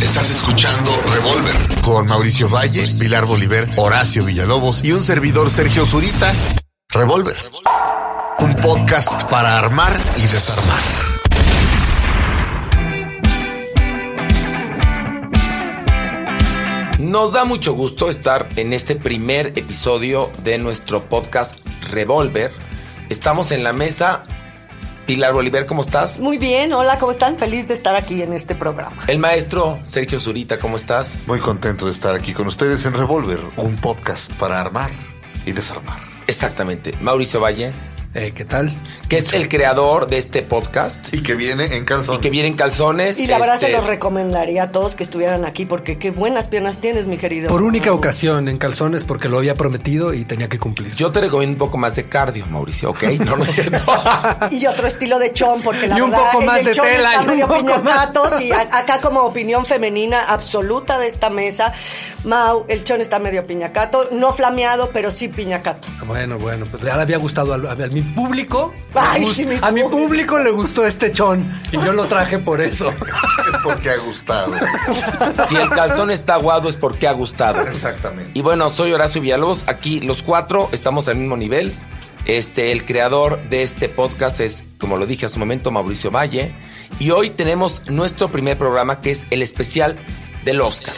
escuchando Revolver con Mauricio Valle, Pilar Bolívar, Horacio Villalobos y un servidor Sergio Zurita. Revolver. Un podcast para armar y desarmar. Nos da mucho gusto estar en este primer episodio de nuestro podcast Revolver. Estamos en la mesa. Pilar Bolívar, ¿cómo estás? Muy bien, hola, ¿cómo están? Feliz de estar aquí en este programa. El maestro Sergio Zurita, ¿cómo estás? Muy contento de estar aquí con ustedes en Revolver, un podcast para armar y desarmar. Exactamente, Mauricio Valle, Eh, ¿Qué tal? que es el creador de este podcast Y que viene en calzón. y que viene en calzones. Y la verdad se este, los recomendaría a todos que estuvieran aquí porque qué buenas piernas tienes, mi querido. Por única ocasión en calzones porque lo había prometido y tenía que cumplir. Yo te recomiendo un poco más de cardio, Mauricio, ¿ok? No, no es cierto. Y otro estilo de chon, porque la Y un verdad, poco en más el de chon tela, están y un medio poco más. piñonatos y a- acá como opinión femenina absoluta de esta mesa, Mau, el chon está medio piñacato, no flameado, pero sí piñacato. Bueno, bueno, pues le había gustado al, a mi público. Ay, Le gust- sí, mi a mi público. público le gustó este chon y yo lo traje por eso. Es porque ha gustado. Si el calzón está aguado es porque ha gustado. Exactamente. Y bueno, soy Horacio Villalobos. Aquí los cuatro estamos al mismo nivel. Este, el creador de este podcast es, como lo dije hace un momento, Mauricio Valle. Y hoy tenemos nuestro primer programa que es el especial del Oscar.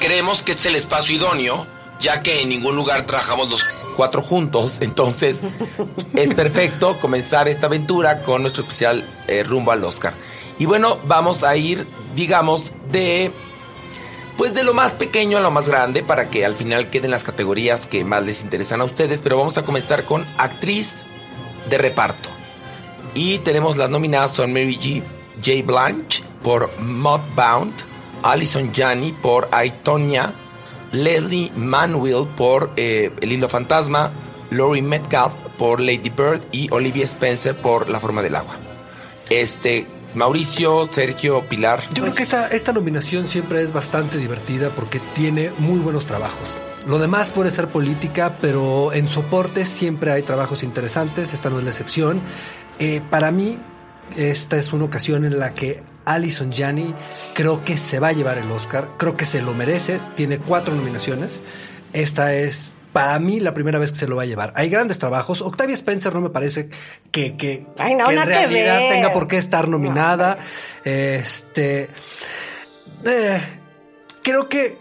Creemos que es el espacio idóneo, ya que en ningún lugar trabajamos los cuatro juntos. Entonces, es perfecto comenzar esta aventura con nuestro especial eh, rumbo al Oscar. Y bueno, vamos a ir, digamos, de. Pues de lo más pequeño a lo más grande para que al final queden las categorías que más les interesan a ustedes. Pero vamos a comenzar con actriz de reparto. Y tenemos las nominadas son Mary G. J. Blanche por Mudbound, Alison Janney por Aitonia, Leslie Manuel por eh, El Hilo Fantasma, Laurie Metcalf por Lady Bird y Olivia Spencer por La Forma del Agua. Este, Mauricio, Sergio, Pilar. Yo creo que esta, esta nominación siempre es bastante divertida porque tiene muy buenos trabajos. Lo demás puede ser política, pero en soporte siempre hay trabajos interesantes, esta no es la excepción. Eh, para mí, esta es una ocasión en la que Alison Janney creo que se va a llevar el Oscar, creo que se lo merece, tiene cuatro nominaciones. Esta es para mí la primera vez que se lo va a llevar. Hay grandes trabajos. Octavia Spencer no me parece que, que, Ay, no, que en nada que realidad ver. tenga por qué estar nominada. Este. eh, creo que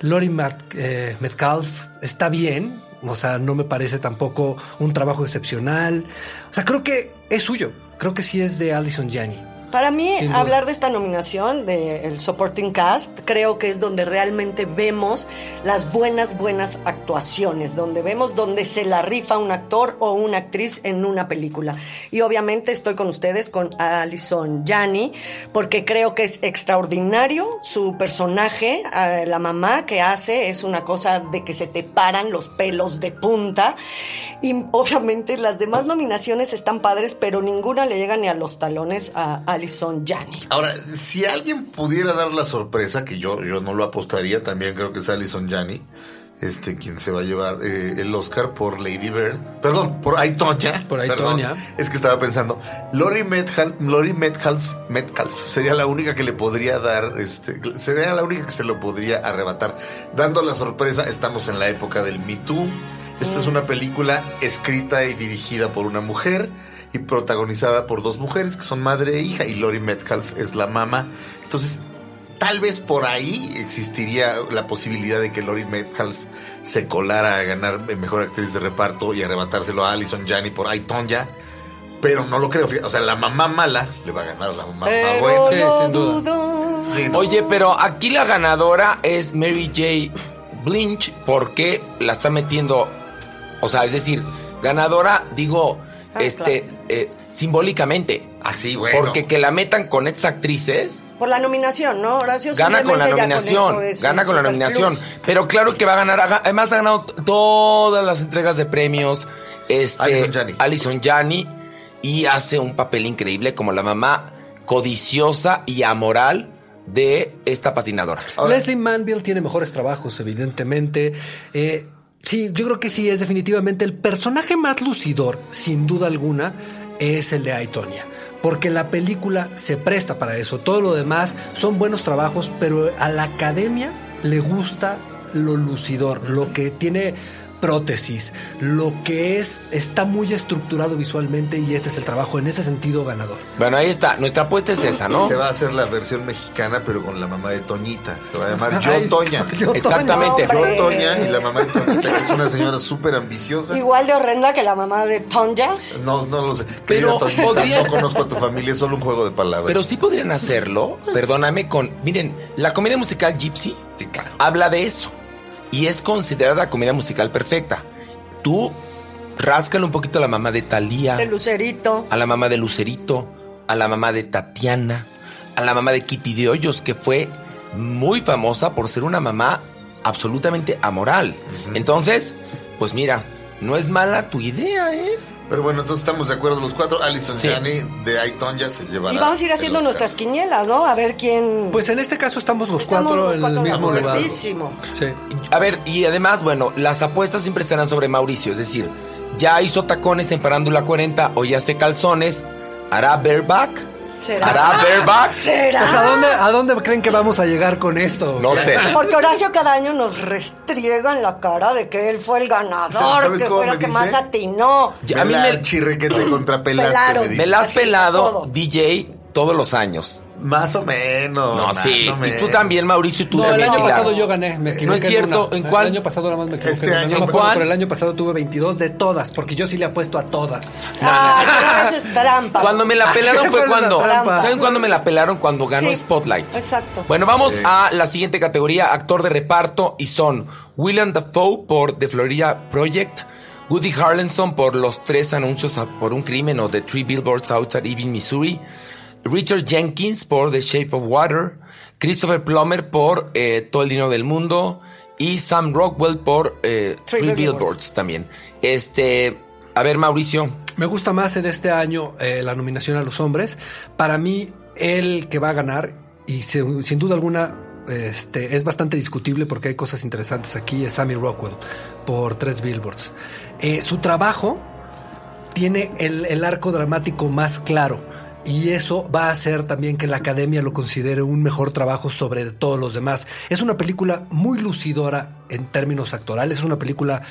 Lori Mat- eh, Metcalf está bien. O sea, no me parece tampoco un trabajo excepcional. O sea, creo que es suyo. Creo que sí es de Alison Janney. Para mí, Sin duda. hablar de esta nominación, del Supporting Cast, creo que es donde realmente vemos las buenas, buenas actuaciones, donde vemos donde se la rifa un actor o una actriz en una película. Y obviamente estoy con ustedes, con Alison Janney, porque creo que es extraordinario su personaje, eh, la mamá que hace, es una cosa de que se te paran los pelos de punta. Y obviamente las demás nominaciones están padres, pero ninguna le llega ni a los talones a Alison Janney. Ahora, si alguien pudiera dar la sorpresa, que yo, yo no lo apostaría, también creo que es Alison Janney, este, quien se va a llevar eh, el Oscar por Lady Bird. Perdón, por Aitonia. Por Perdón, Aitonia. Es que estaba pensando, Lori Metcalf, Lori Metcalf, Metcalf, sería la única que le podría dar, este, sería la única que se lo podría arrebatar. Dando la sorpresa, estamos en la época del Me Too. Esta es una película escrita y dirigida por una mujer y protagonizada por dos mujeres que son madre e hija y Lori Metcalf es la mamá. Entonces, tal vez por ahí existiría la posibilidad de que Lori Metcalf se colara a ganar mejor actriz de reparto y arrebatárselo a Alison Janney por Aitonia. Pero no lo creo. fíjate, O sea, la mamá mala le va a ganar a la mamá Pero buena. lo sin duda. dudo. Sí, ¿no? Oye, pero aquí la ganadora es Mary J. Blinch porque la está metiendo, o sea, es decir, ganadora, digo, Ah, este, claro. eh, simbólicamente. Así, Ah, bueno. Porque que la metan con ex actrices, Por la nominación, ¿no, Horacio? gana con la Simplemente ya nominación, eso es gana un con la super nominación. plus. Pero claro que va a ganar, ha ga- además ha ganado t- todas las entregas de premios. Este, Alison Janney. Alison Janney, y hace un papel increíble como la mamá codiciosa y amoral de esta patinadora. Ahora- Leslie Manville tiene mejores trabajos, evidentemente. Eh, sí, yo creo que sí, es definitivamente el personaje más lucidor, sin duda alguna, es el de Aitonia. Porque la película se presta para eso. Todo lo demás son buenos trabajos, pero a la academia le gusta lo lucidor, lo que tiene prótesis, lo que es, está muy estructurado visualmente y ese es el trabajo, en ese sentido ganador. Bueno, ahí está. Nuestra apuesta es esa, ¿no? Se va a hacer la versión mexicana, pero con la mamá de Toñita. Se va a llamar Ay, Yo Toña. Yo Toña. Exactamente. Yo Hombre. Toña y la mamá de Toñita, que es una señora súper ambiciosa. Igual de horrenda que la mamá de Tonja. No, no lo sé. Pero Pero Toñita, podría- no conozco a tu familia, es solo un juego de palabras. Pero sí podrían hacerlo, perdóname, con... Miren, la comedia musical Gypsy Pues sí, claro. habla de eso. Y es considerada comedia musical perfecta. Tú ráscale un poquito a la mamá de Thalía, De Lucerito. a la mamá de Lucerito, a la mamá de Tatiana, a la mamá de Kitty de Hoyos, que fue muy famosa por ser una mamá absolutamente amoral. Entonces, pues mira, no es mala tu idea, ¿eh? Pero bueno, entonces estamos de acuerdo los cuatro. Alison Sí. Janney de Ay Toña se llevará. Y vamos a ir el haciendo Oscar. nuestras quinielas, ¿no? A ver quién. Pues en este caso estamos los Estamos cuatro los en cuatro el mismo de acuerdo. lugar. rapidísimo. Sí. A ver, y además, bueno, las apuestas siempre serán sobre Mauricio, es decir, ya hizo tacones en Farándula 40 o ya hace calzones, hará bareback, ¿Será? hará bareback, Pues, ¿a, ¿Será? dónde, ¿A dónde creen que vamos a llegar con esto? no sé. Porque Horacio cada año nos restriega en la cara de que él fue el ganador, ¿Sabes que cómo fue me el que dice? más atinó. Me A mí la me- chirrequete contra Pelaron. pelaste, me Me dice. la has Así, pelado todos. DJ todos los años. Más o menos. No, más sí. o Y tú menos. también, Mauricio, y tú No, el también, año Pilar. pasado yo gané. Me equivoqué No es cierto, una. ¿en cuál? El año pasado nada más me equivoqué. Este en una. año, No me ¿en acuerdo, cuál? pero el año pasado tuve 22 de todas, porque yo sí le apuesto a todas. Ah, pero eso es trampa. Cuando me la pelaron fue Fue una cuando. trampa. ¿Saben cuándo me la pelaron? Cuando ganó Sí, Spotlight. exacto. Bueno, vamos Sí. a la siguiente categoría: actor de reparto. Y son William Dafoe por The Florida Project. Woody Harrelson por los tres anuncios a- por un crimen o The Three Billboards Outside Ebbing, Missouri. Richard Jenkins por The Shape of Water. Christopher Plummer por eh, Todo el Dinero del Mundo. Y Sam Rockwell por eh, Three Three, Billboards. Billboards. también. Este. A ver, Mauricio. Me gusta más en este año eh, la nominación a los hombres. Para mí, el que va a ganar, y se- sin duda alguna este, es bastante discutible porque hay cosas interesantes aquí, es Sammy Rockwell por tres billboards. Eh, su trabajo tiene el, el arco dramático más claro. Y eso va a hacer también que la academia lo considere un mejor trabajo sobre todos los demás. Es una película muy lucidora en términos actorales, es una película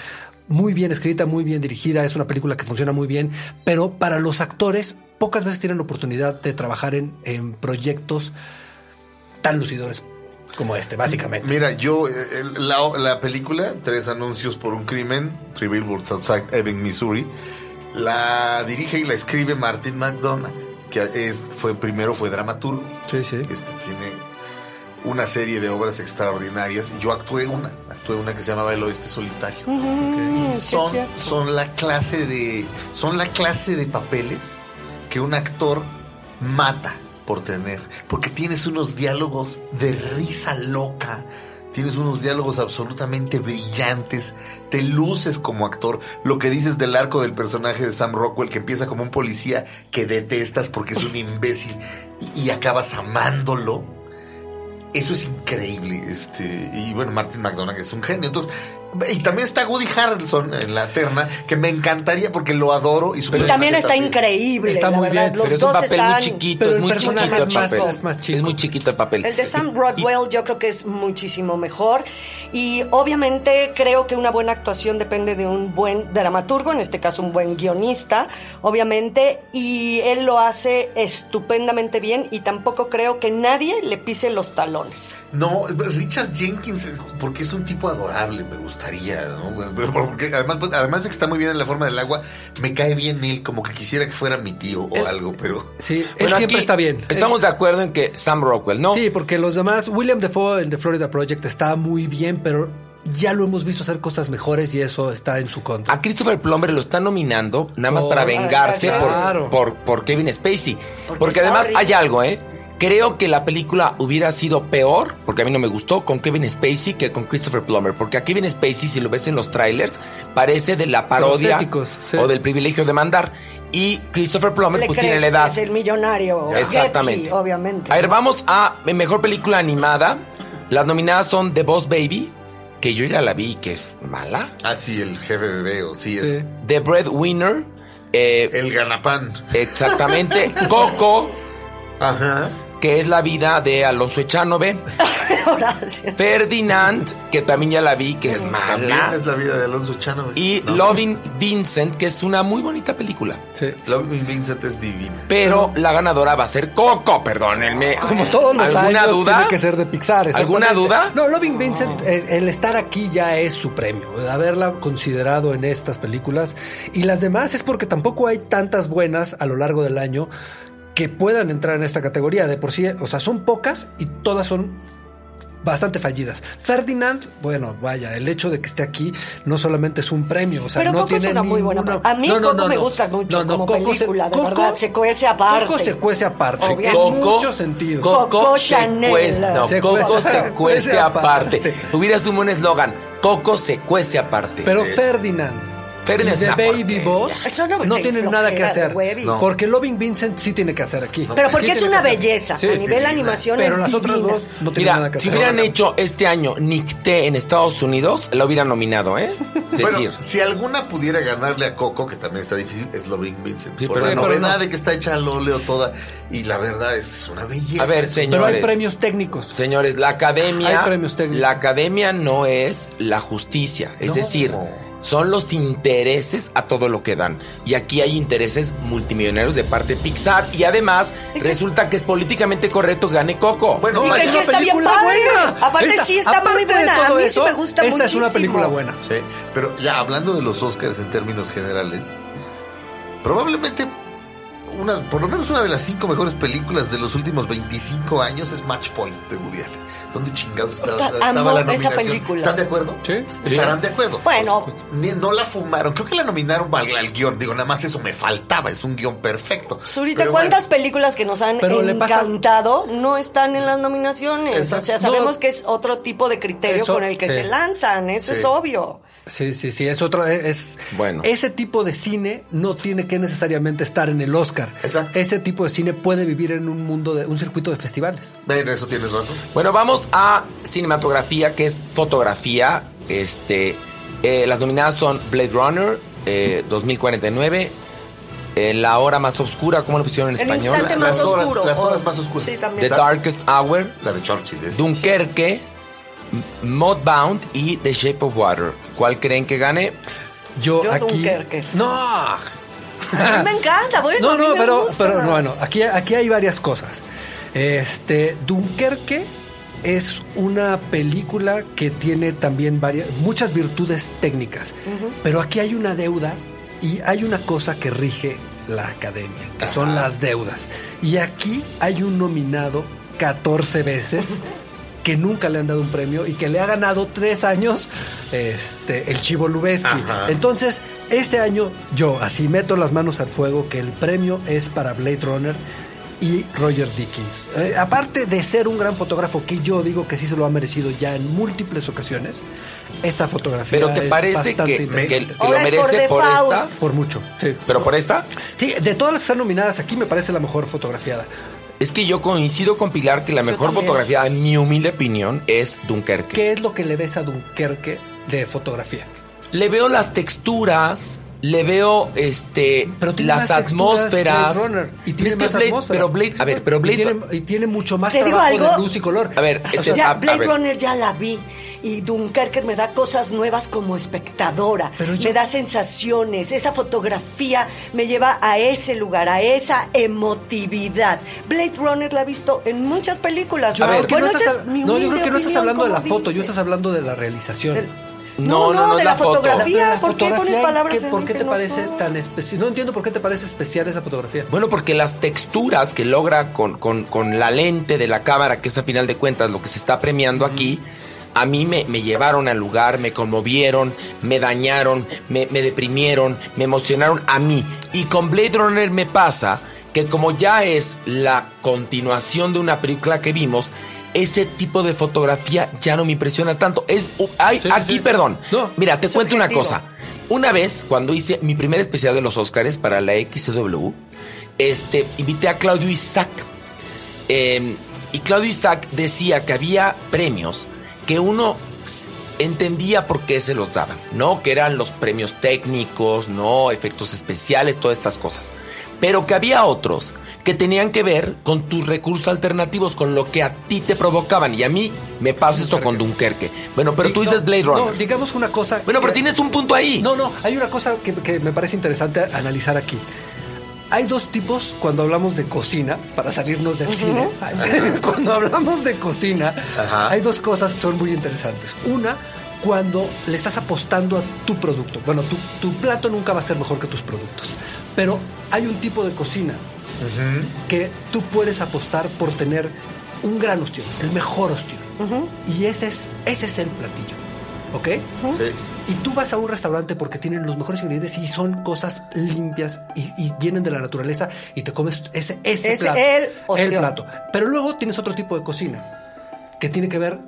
muy bien escrita, muy bien dirigida, es una película que funciona muy bien, pero para los actores pocas veces tienen la oportunidad de trabajar en, en proyectos tan lucidores como este, básicamente. Mira, yo, eh, el- la, la película, Tres Anuncios por un Crimen, Three Billboards Outside Ebbing, Missouri, la dirige y la escribe Martin McDonagh, que es, fue, primero fue dramaturgo. Sí, sí. Este tiene una serie de obras extraordinarias. y Yo actué una, actué una que se llamaba El Oeste Solitario. Mm, sí, es son, cierto. son la clase de son la clase de papeles que un actor mata por tener, porque tienes unos diálogos de risa loca, tienes unos diálogos absolutamente brillantes, te luces como actor. Lo que dices del arco del personaje de Sam Rockwell que empieza como un policía que detestas porque es un imbécil y, y acabas amándolo. Eso es increíble, este, y bueno, Martin McDonagh es un genio. Entonces, y también está Woody Harrelson en la terna, que me encantaría porque lo adoro y su Y Pues, personaje también está bien. increíble, Está la muy verdad. bien, Los Pero es un dos papel están. muy chiquito, pero es el muy personaje chiquito el es más- papel. es más chico. Es muy chiquito el papel. El de Sam Y- Rockwell yo creo que es muchísimo mejor y obviamente creo que una buena actuación depende de un buen dramaturgo, en este caso un buen guionista, obviamente, y él lo hace estupendamente bien y tampoco creo que nadie le pise los talones. No, Richard Jenkins, porque es un tipo adorable, me gustaría, ¿no? Porque además, pues, además de que está muy bien en la forma del agua, me cae bien él, como que quisiera que fuera mi tío o algo, pero. Sí, él Bueno, siempre aquí está bien. Estamos de acuerdo en que Sam Rockwell, ¿no? Sí, porque los demás, William Defoe en The Florida Project está muy bien, pero ya lo hemos visto hacer cosas mejores y eso está en su contra. A Christopher Plummer lo están nominando nada más Por- para vengarse por, Oh, Claro. por, por Kevin Spacey. Porque Porque, está además horrible. hay algo, ¿eh? Creo que la película hubiera sido peor, porque a mí no me gustó, con Kevin Spacey que con Christopher Plummer. Porque a Kevin Spacey, si lo ves en los trailers, parece de la parodia Prostéticos, sí. o del privilegio de mandar. Y Christopher Plummer Le pues, tiene crees la edad. que Es el millonario. Ya. Exactamente. Getty, obviamente. A ver, vamos a mi mejor película animada. Las nominadas son The Boss Baby, que yo ya la vi, que es mala. Ah, sí, el jefe bebé, o sí, Sí. es. The Breadwinner, eh, El ganapán. exactamente. Coco, Ajá. que es la vida de Alonso Echanove. Horacio. Ferdinand, que también ya la vi, que es También mala. es la vida de Alonso Chano. Y No. Loving Vincent, que es una muy bonita película. Sí. Loving Vincent es divina. Pero la ganadora va a ser Coco, perdónenme. Eh, Como todos los ¿Alguna años duda? tiene que ser de Pixar. exactamente. ¿Alguna duda? No, Loving Vincent, eh, el estar aquí ya es su premio. El haberla considerado en estas películas y las demás es porque tampoco hay tantas buenas a lo largo del año que puedan entrar en esta categoría. De por sí, o sea, son pocas y todas son bastante fallidas. Ferdinand, bueno, vaya, el hecho de que esté aquí no solamente es un premio, o sea, Pero no Coco tiene es una muy buena ninguna- película. A mí No, no, Coco no, me no. gusta mucho como Coco película, de verdad, se cuece aparte. Coco se cuece aparte. Obviamente. En muchos sentidos. Coco, Coco se Chanel. cuece- no, Se Coco cuece- se cuece cuece aparte. aparte. Hubiera sido un buen eslogan. Coco se cuece aparte. Pero Eh, Ferdinand. Ferdinand y The es una Baby porquería. Boss Eso no me no cae tienen flojera nada que de hacer. huevis. No. Porque Loving Vincent sí tiene que hacer aquí. Pero pues Sí porque es tiene una que hacer. belleza. Sí, a es nivel divina. animación Pero es las otras divina. dos no tienen Mira, nada que si hacer. hubieran hecho este año Nicté en Estados Unidos, la hubieran nominado, ¿eh? Es Bueno, decir, si alguna pudiera ganarle a Coco, que también está difícil, es Loving Vincent. Sí, por pero- la sí, pero novedad no. de que está hecha al óleo toda. Y la verdad es, es una belleza. a ver, Pero hay señores. premios técnicos. Señores, la academia. Hay premios técnicos. La academia no es la justicia. Es No. decir, son los intereses a todo lo que dan. Y aquí hay intereses multimillonarios de parte de Pixar. Y además, resulta que es políticamente correcto que gane Coco. Bueno, Y No, que es sí una está bien película padre. buena. Aparte Esta- sí está aparte muy de buena. A todo mí sí eso, me gusta Esta muchísimo. es una película buena. Sí, pero ya hablando de los Oscars en términos generales, probablemente una, por lo menos una de las cinco mejores películas de los últimos 25 años es Match Point de Woody Allen. ¿Dónde chingados está- Puta, estaba amo la esa nominación? película. ¿Están de acuerdo? Sí. Estarán de acuerdo. Bueno, Ni- no la fumaron, creo que la nominaron al, al guión. Digo, nada más eso me faltaba, es un guión perfecto. Zurita, Pero Pues ¿cuántas bueno, películas que nos han Pero le pasa- encantado no están en las nominaciones? Exacto. O sea, sabemos No. que es otro tipo de criterio Eso, con el que sí. se lanzan, eso Sí. es obvio. Sí, sí, sí, es otra es Bueno. ese tipo de cine no tiene que necesariamente estar en el Oscar. Exacto. Ese tipo de cine puede vivir en un mundo de un circuito de festivales. en eso tienes razón. Bueno, vamos a cinematografía, que es fotografía. Este, eh, las nominadas son Blade Runner eh, 2049, eh, La Hora Más Oscura, ¿cómo lo pusieron en El español? instante más Las horas- oscuro. las horas o- más oscuras. Sí, The también. Darkest Hour, La de Churchill ¿eh? es. Dunkerque, M- Mudbound y The Shape of Water. ¿Cuál creen que gane? Yo, Yo aquí Dunkerque. No. A mí me encanta, bueno. a No, mí no, me pero, gusta. pero bueno, aquí, aquí hay varias cosas. Este, Dunkerque es una película que tiene también varias, muchas virtudes técnicas, pero aquí hay una deuda y hay una cosa que rige la academia, que son las deudas. Y aquí hay un nominado 14 veces. que nunca le han dado un premio y que le ha ganado tres años este, el Chivo Lubeski. Ajá. Entonces, este año yo así meto las manos al fuego que el premio es para Blade Runner y Roger Dickens. Eh, aparte de ser un gran fotógrafo que yo digo que sí se lo ha merecido ya en múltiples ocasiones, esta fotografía Pero te es parece bastante que, que- interesante. que lo Ahora es por merece por, default. esta. por mucho. Sí. Pero por esta, Sí, de todas las que están nominadas aquí me parece la mejor fotografiada. es que yo coincido con Pilar que la mejor también. fotografía, en mi humilde opinión, es Dunkerque. ¿Qué es lo que le ves a Dunkerque de fotografía? Le veo las texturas, le veo este Pero tiene las más texturas atmósferas. Blade Runner, y tiene Es que más Blade- atmósferas. pero Blade, a ver, pero Blade y tiene, y tiene mucho más ¿Te digo trabajo de algo? luz y color. A ver, O sea, a- a ya, Blade ver. Runner ya la vi y Dunkerque me da cosas nuevas como espectadora, Pero yo- me da sensaciones, esa fotografía me lleva a ese lugar, a esa emotividad. Blade Runner la he visto en muchas películas. yo, a creo ver, que bueno, no esa estás, es mi no, yo creo humilde que no estás opinión, hablando de la como foto, dice. yo estás hablando de la realización. El- No, no, no, de la la, foto. Pero fotografía. la ¿Por qué pones fotografía, palabras ¿qué- en ¿Por lo qué que te no parece son? tan especial? No entiendo por qué te parece especial esa fotografía. Bueno, porque las texturas que logra con, con- con la lente de la cámara, que es a final de cuentas lo que se está premiando aquí, a mí me, me llevaron al lugar, me conmovieron, me dañaron, me, me deprimieron, me emocionaron a mí. Y con Blade Runner me pasa que como ya es la continuación de una película que vimos, ese tipo de fotografía ya no me impresiona tanto. Es, hay, Sí, sí, aquí, sí. perdón. No, Mira, te es cuento una objetivo. cosa. Una vez, cuando hice mi primer especial de los Óscares para la XW, este, invité a Claudio Isaac. Eh, y Claudio Isaac decía que había premios que uno s- entendía por qué se los daban, ¿no? Que eran los premios técnicos, ¿no? Efectos especiales, todas estas cosas. Pero que había otros que tenían que ver con tus recursos alternativos, con lo que a ti te provocaban. Y a mí me pasa esto con Dunkerque. Bueno, pero tú No, dices Blade No, Runner. digamos una cosa. Bueno, pero que- tienes un punto ahí. No, no, hay una cosa que, que me parece interesante analizar aquí. Hay dos tipos cuando hablamos de cocina, para salirnos del cine. cuando hablamos de cocina, Ajá. hay dos cosas que son muy interesantes. Una, cuando le estás apostando a tu producto. Bueno, tu, tu plato nunca va a ser mejor que tus productos. Pero hay un tipo de cocina que tú puedes apostar por tener un gran ostión, el mejor ostión. Y ese es, ese es el platillo. ¿Ok? Sí. Y tú vas a un restaurante porque tienen los mejores ingredientes y son cosas limpias y, y vienen de la naturaleza y te comes ese, ese Es plato. el ostión. plato. Pero luego tienes otro tipo de cocina que tiene que ver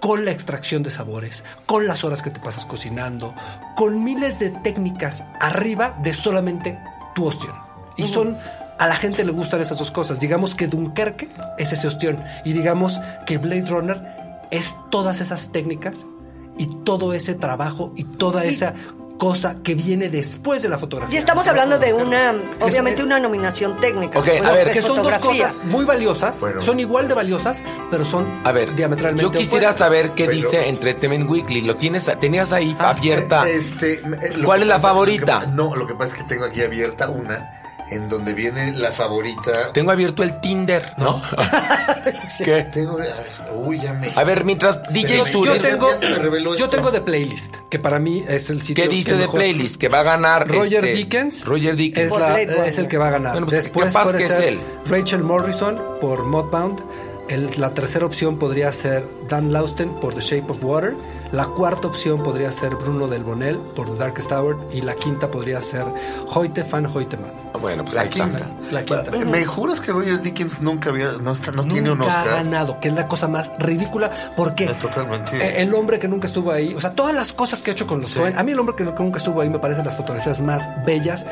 con la extracción de sabores, con las horas que te pasas cocinando, con miles de técnicas arriba de solamente tu ostión. Y son... A la gente le gustan esas dos cosas. Digamos que Dunkerque es ese ostión. Y digamos que Blade Runner es todas esas técnicas y todo ese trabajo y toda esa cosa que viene después de la fotografía. Y estamos hablando de una, es- obviamente, una nominación técnica. Ok, pues, a ver, lo que es son dos fotografía. cosas muy valiosas, Bueno. son igual de valiosas, pero son A ver, diametralmente yo quisiera opuestas. saber qué Pero- dice Entertainment Weekly. Lo tienes, tenías ahí Ah, abierta. Eh, este, eh, lo ¿Cuál que es la pasa- favorita? lo que- no, lo que pasa es que tengo aquí abierta una en donde viene la favorita. Tengo abierto el Tinder, ¿no? ¿Qué? Tengo, a ver, uy, ya me. A ver, mientras DJ Pero- Zure, Yo tengo, Ya se me reveló yo esto. tengo de playlist, que para mí es el sitio ¿qué que dice de mejor- playlist? Que va a ganar Roger este, Dickens. Roger Dickens. Es, Por la- Blade Runner. es el que va a ganar. Bueno, pues, Después capaz puede que es ser él. Rachel Morrison por Mudbound. El- la tercera opción podría ser Dan Lausten por The Shape of Water. La cuarta opción podría ser Bruno Del Bonel por The Darkest Hour. Y la quinta podría ser Hoyte Van Hoyteman. Ah, Bueno, pues la ahí está. quinta. La quinta. Ah, ¿Me juras que Roger Dickens nunca había, no, está, no tiene un Nunca ha Oscar? ganado, que es la cosa más ridícula, porque Es totalmente- eh, el hombre que nunca estuvo ahí, o sea, todas las cosas que ha hecho con los Coen, a mí el hombre que, no- que nunca estuvo ahí me parecen las fotografías más bellas.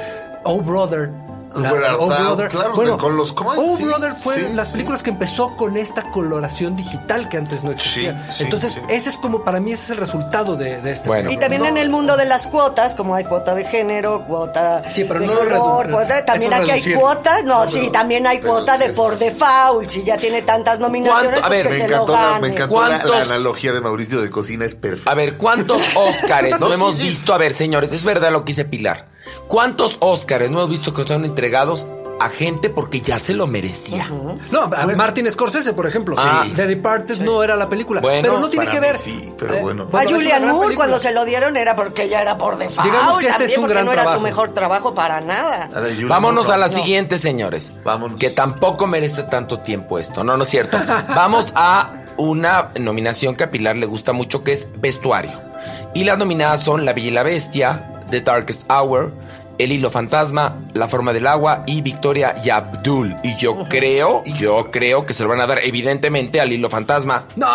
Oh Brother. Where Art Thou, claro, de- con los Coen, Oh sí, Brother fue sí, las sí. películas que empezó con esta coloración digital que antes no existía. Sí, sí, Entonces, sí. ese es como, para mí, ese es el resultado de, de este. Bueno. Y también en el mundo de las cuotas, como hay cuota de género, cuota Sí, pero de no color, redu- cuota- también eso aquí hay reducir. cuotas, no, No, sí, pero- también hay pero cuota de es- por default, si ya tiene tantas nominaciones, ¿Cuánto? A pues ver, que Me se lo encantó, la, gane. me encantó la- la ¿Cuántos? analogía de Mauricio de cocina, es perfecta. A ver, ¿cuántos Óscares no, No, sí, hemos sí. visto? A ver, señores, es verdad lo que dice Pilar. ¿Cuántos Óscares no hemos visto que son entregados a gente porque ya se lo merecía? No, a Martin Scorsese, por ejemplo. Ah. Sí, The Departed no era la película. Bueno, pero no tiene para que mí ver. sí, pero bueno. A A es una Julian gran Moore película. cuando se lo dieron era porque ella era por default, Digamos que este también es un porque gran no era su trabajo. mejor trabajo para nada. A ver, Yuri, Vámonos no, a la no. siguiente, señores. Vámonos. Que tampoco merece tanto tiempo esto. No, no es cierto. Vamos a una nominación que a Pilar le gusta mucho, que es vestuario. Y las nominadas son La Bella y la Bestia, The Darkest Hour, El Hilo Fantasma, La Forma del Agua y Victoria y Abdul. Y yo creo, yo creo que se lo van a dar evidentemente al Hilo Fantasma. No,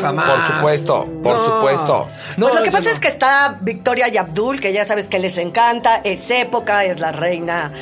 jamás. Por supuesto, por No. supuesto. No, pues lo que yo pasa no. es que está Victoria y Abdul, que ya sabes que les encanta, es época, es la reina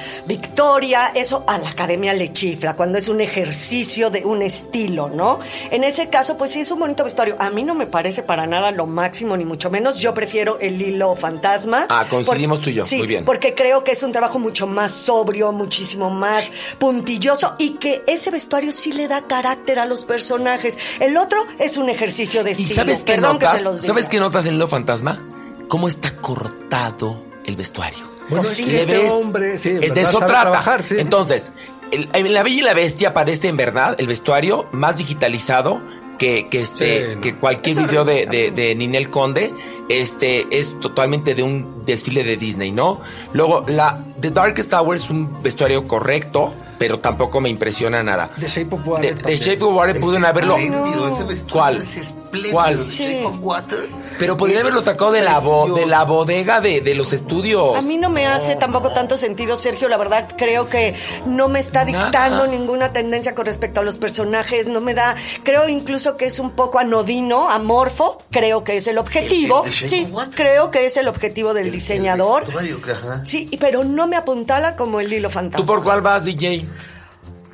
Victoria, eso a la academia le chifla, cuando es un ejercicio de un estilo, ¿no? En ese caso, pues sí, es un bonito vestuario. A mí no me parece para nada lo máximo, ni mucho menos. Yo prefiero el hilo fantasma. Ah, coincidimos tú y yo. Sí, Muy bien. Porque creo que es un trabajo mucho más sobrio, muchísimo más puntilloso y que ese vestuario sí le da carácter a los personajes. El otro es un ejercicio de ¿Y estilo. sabes qué Perdón que notas? se los diga. ¿Sabes qué notas en Lo Fantasma? ¿Cómo está cortado el vestuario. Bueno, es que Le este hombre, sí, en eh, de verdad eso sabe trata. trabajar, sí. Entonces, el- en La Bella y la Bestia parece en verdad el vestuario más digitalizado que, que este, Sí, no. que cualquier video de, de- de Ninel Conde. Este es totalmente de un desfile de Disney, ¿no? Luego, la The Darkest Hour es un vestuario correcto, pero tampoco me impresiona nada. The Shape of Water The- The, también. Shape of Water Es pudieron haberlo. espléndido, ese vestuario ¿Cuál? es espléndido, ¿Cuál? el Shape of Water Pero podrían es haberlo sacado de la, bo- precioso. de la bodega de, de los estudios. A mí no me hace tampoco tanto sentido, Sergio. La verdad, creo que no me está Nada. dictando ninguna tendencia con respecto a los personajes. No me da. Creo incluso que es un poco anodino, amorfo. Creo que es el objetivo. El- el Sí, creo que es el objetivo del El- el diseñador. vestuario, que- ajá. Sí, y- pero no me apuntala como el hilo fantasma. ¿Tú por cuál vas, DJ?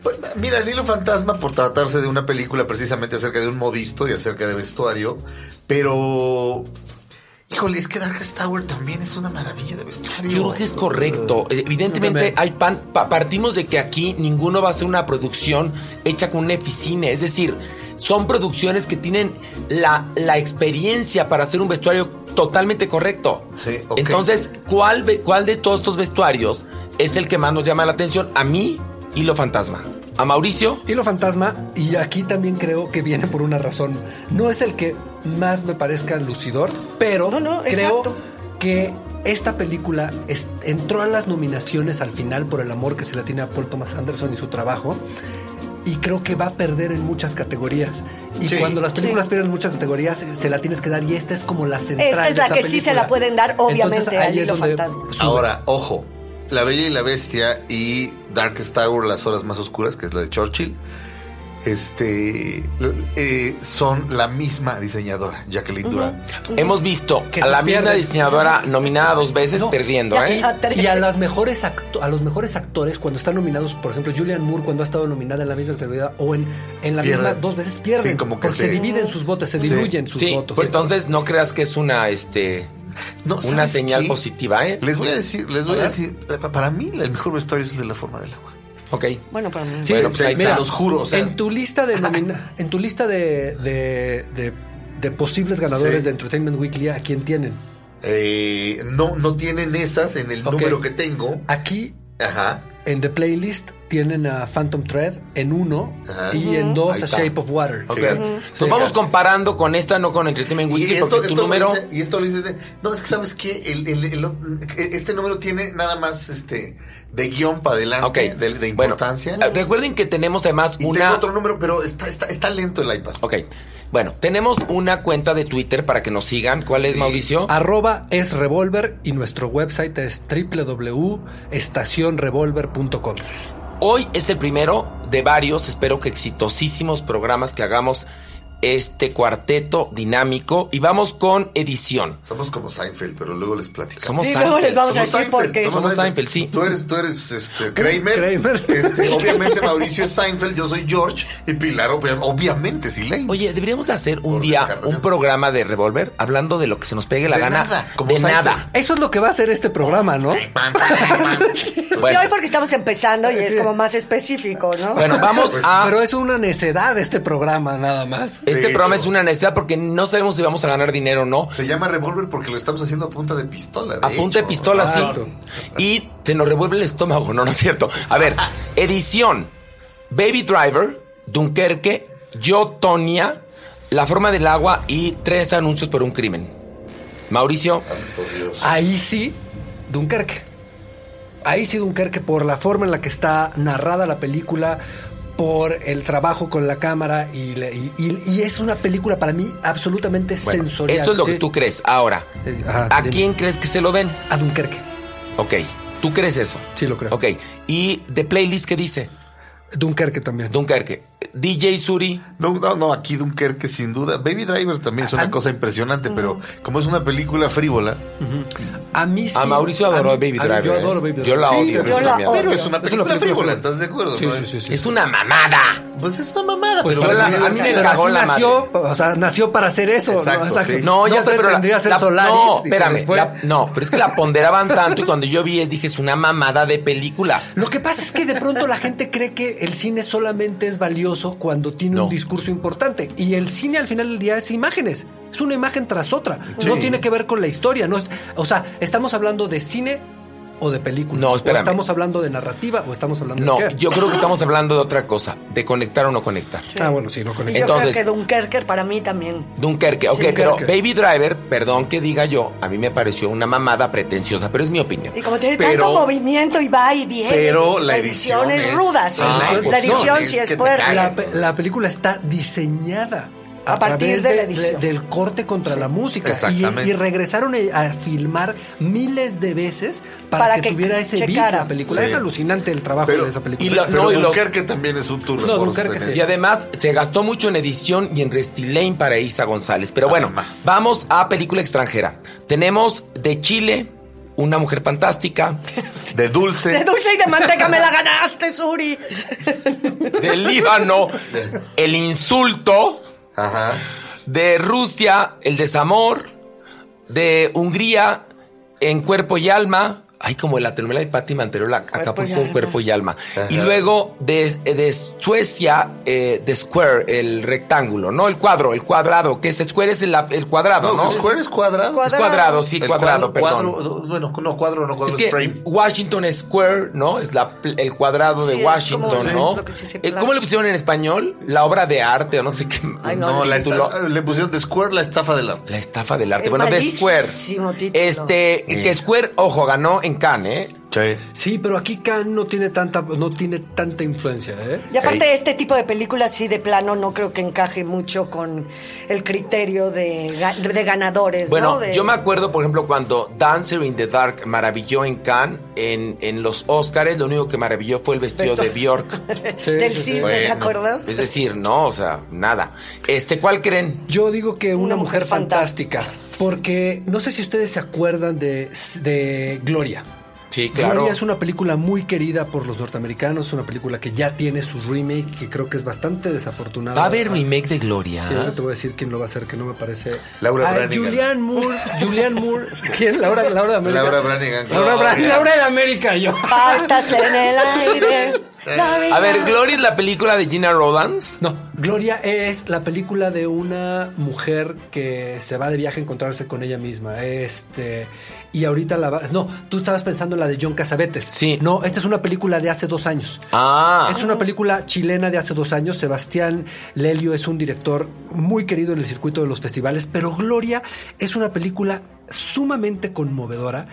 Pues, Mira, el hilo fantasma por tratarse de una película precisamente acerca de un modisto y acerca de vestuario, pero... Híjole, es que Darkest Tower también es una maravilla de vestuario. Yo creo que es correcto. Eh, Evidentemente, Obviamente. hay pan, pa- partimos de que aquí ninguno va a ser una producción hecha con una oficina. Es decir, son producciones que tienen la, la experiencia para hacer un vestuario totalmente correcto. Sí, ok. Entonces, ¿cuál, ve- ¿cuál de todos estos vestuarios es el que más nos llama la atención? A mí y lo fantasma. A Mauricio. Hilo Fantasma, y aquí también creo que viene por una razón. No es el que más me parezca lucidor, pero No, no, creo exacto. que esta película es- entró a las nominaciones al final por el amor que se le tiene a Paul Thomas Anderson y su trabajo. Y creo que va a perder en muchas categorías. Y Sí. cuando las películas Sí. pierden muchas categorías, se la tienes que dar. Y esta es como la central. Esta es de la que sí se la pueden dar, obviamente, Entonces, al ahí es Hilo donde Fantasma. sube. Ahora, ojo, La Bella y la Bestia y Darkest Tower, las horas más oscuras, que es la de Churchill, este, eh, son la misma diseñadora, Jacqueline Duran. Hemos visto Que a se la misma pierden. diseñadora nominada dos veces No, perdiendo, ya ¿eh? está. Tres. Y a, las mejores acto- a los mejores actores, cuando están nominados, por ejemplo, Julian Moore, cuando ha estado nominada en la misma categoría o en, en la Pierde. misma, dos veces pierden. Sí, como que porque se... se- dividen sus votos, se Sí. diluyen sus Sí, votos. pues, entonces no creas que es una, este, No, una ¿sabes señal qué? positiva, ¿eh? Les voy a decir, les voy a, ver. decir, la- para mí el mejor vestuario es el de la forma del agua. Ok. Bueno, para mí. Sí, Bueno, pues ahí se está. los juro, o sea, en tu lista de nomina- en tu lista de, de- de- de posibles ganadores Sí. de Entertainment Weekly, ¿a quién tienen? eh, no, no tienen esas en el Ok. número que tengo. Aquí, Ajá. en The Playlist, tienen a Phantom Thread en uno Ajá. y en dos Ahí a está. Shape of Water. Ok. Fíjate. Nos vamos comparando con esta, no con Entertainment Y Weekly, esto, porque esto lo tu número. dice- y esto lo dices de- No, es que sabes que este número tiene nada más este de guión para adelante, Ok. de, de Bueno, importancia. eh, recuerden que tenemos además y una. tengo otro número, pero está, está, está lento el iPad. Ok. Bueno, tenemos una cuenta de Twitter para que nos sigan. ¿Cuál es, Sí. Ah. Mauricio? Arroba es Revolver y nuestro website es www.estacionrevolver.com. Hoy es el primero de varios, espero que exitosísimos programas que hagamos este cuarteto dinámico. Y vamos con edición. Somos como Seinfeld, pero luego les platico. Somos Sí, luego les Seinfeld. vamos a Somos decir por Seinfeld, qué. somos- Seinfeld, sí. Tú eres, tú eres este, Kramer. Kramer. Este, obviamente Mauricio es Seinfeld, yo soy George. Y Pilar, obvia- obviamente, sí, Lane. Oye, deberíamos de hacer un Por día descartación. un programa de Revolver hablando de lo que se nos pegue la De gana. nada, como de Seinfeld. nada. Eso es lo que va a ser este programa, ¿no? Bueno. Sí, hoy porque estamos empezando y es como más específico, ¿no? Bueno, vamos Pues, a. Pero es una necedad este programa, nada más. Este De programa hecho. es una necesidad porque no sabemos si vamos a ganar dinero o no. Se llama revólver porque lo estamos haciendo a punta de pistola. A punta de hecho. pistola, sí. Exacto. Y se nos revuelve el estómago, no, no es cierto. A ver, edición. Baby Driver, Dunkerque, Yo, Tonia, La forma del agua y Tres anuncios por un crimen. Mauricio, Santo Dios. Ahí sí, Dunkerque. Ahí sí, Dunkerque, por la forma en la que está narrada la película, por el trabajo con la cámara, y, le- y- y- y es una película para mí absolutamente bueno, sensorial. esto es lo que Sí. tú crees. Ahora, Eh, ajá, ¿a dime. quién crees que se lo den? A Dunkerque. Ok, ¿tú crees eso? Sí, lo creo. Ok, ¿y de playlist qué dice? Dunkerque también. Dunkerque. DJ Suri. No, no, no, aquí Dunkerque sin duda. Baby Driver también es una cosa impresionante, Mm. pero como es una película frívola, a mí sí. A Mauricio adoró mí- a Baby a mí- Driver, Yo ¿eh? adoro Baby Yo Driver. la Sí, odio. yo es la una mierda. odio. pero es una Ah, Es película una película frívola, frívola. ¿estás de acuerdo? Sí, No sí, es- sí, sí. Es una mamada. Pues es una mamada, Pues pero yo es la- muy a mí me divertida. cagó Así la madre. nació, o sea, nació para hacer eso. Exacto, ¿no? Exacto. sí. No, ya no sé, pero la- pretendría ser la- Solaris. No, y se espérame. les fue. la- no, pero es que la ponderaban tanto y cuando yo vi dije es una mamada de película. Lo que pasa es que de pronto la gente cree que el cine solamente es valioso cuando tiene No. un discurso importante. Y el cine al final del día es imágenes. Es una imagen tras otra. No tiene que ver con la historia. No es- o sea, estamos hablando de cine o de película. No, o espérame. estamos hablando de narrativa o estamos hablando No, de qué. yo creo que estamos hablando de otra cosa, de conectar o no conectar. Ah, bueno, sí, no con Y el- yo Entonces- creo que Dunkerque para mí también. Dunkerque, ok, Sí, pero Dunkerque. Baby Driver, perdón que diga yo, a mí me pareció una mamada pretenciosa, pero es mi opinión. Y como tiene Pero- tanto movimiento y va y viene. pero la edición es es- ruda, sí. Ah, la pues edición no, sí es es que te fuerte. cagas. La, pe- la película está diseñada a, partir través de, la edición. de- del corte contra la música. Y, Exactamente. y regresaron a filmar miles de veces para, Para que, que tuviera ese beat checara. la película. Sí. Es alucinante el trabajo Pero- de esa película. y la- Pero no, los- Dunkerque también es un tour de No, force Dunkerque en sí. eso. Y además se gastó mucho en edición y en restilane para Isa González. Pero bueno, Además. vamos a película extranjera. Tenemos de Chile, Una Mujer Fantástica, De dulce. De dulce y de manteca me la ganaste, Suri. de Líbano, El Insulto, Ajá. de Rusia, El Desamor, de Hungría, En Cuerpo y Alma. Ay, como la telenovela de Patti Manterola, Acapulco, Alma. Cuerpo y Alma. Ajá. Y luego de, de Suecia, eh, de Square, el rectángulo, ¿no? El cuadro, el cuadrado, que es square es el, el cuadrado, No, ¿no? pues el square es cuadrado. Es cuadrado, sí, El cuadrado, perdón. cuadro- bueno, no cuadro, no cuadro, es es, que frame. Washington Square, ¿no? Es la, pl- el cuadrado Sí, de es Washington, como- ¿no? sí, lo que sí se Eh, plana. ¿Cómo le pusieron en español? La obra de arte o no sé qué. Ay, No, la título. esta- le pusieron de square la estafa del arte. La estafa del arte. Es bueno, de Square. malísimo título. Pues Este, que Square, ojo, ganó en Cannes, ¿eh? Sí. Sí, pero aquí Khan no tiene tanta, no tiene tanta influencia, ¿eh? Y aparte, Ey. este tipo de películas, sí, de plano, no creo que encaje mucho con el criterio de, ga- de ganadores. Bueno, ¿no? De- yo me acuerdo, por ejemplo, cuando Dancer in the Dark maravilló en Cannes, en, en los Oscars, lo único que maravilló fue el vestido Vesto- de Bjork. Sí, del sí, sí. cisne, ¿te Bueno, acuerdas? Es decir, no, o sea, nada. Este, ¿cuál creen? Yo digo que una, Una mujer, mujer fantástica, porque no sé si ustedes se acuerdan de, de Gloria. Sí, claro. Gloria es una película muy querida por los norteamericanos, una película que ya tiene su remake, que creo que es bastante desafortunada. Ah, Va a haber remake de Gloria. Sí, ahora te voy a decir quién lo va a hacer, que no me parece. Laura Ah, Branigan. Julianne Moore. Julianne Moore. ¿Quién? Laura, Laura de América. Laura Branigan. Laura, Bran- Gloria. Laura de América, yo. Faltas en el aire. la vida. A ver, Glory es la película de Gina Rodans. No, Gloria es la película de una mujer que se va de viaje a encontrarse con ella misma. Este. Y ahorita la va. No, tú estabas pensando en la de John Casabetes. Sí. No, esta es una película de hace dos años. Ah, Es una película chilena de hace dos años. Sebastián Lelio es un director muy querido en el circuito de los festivales, pero Gloria es una película sumamente conmovedora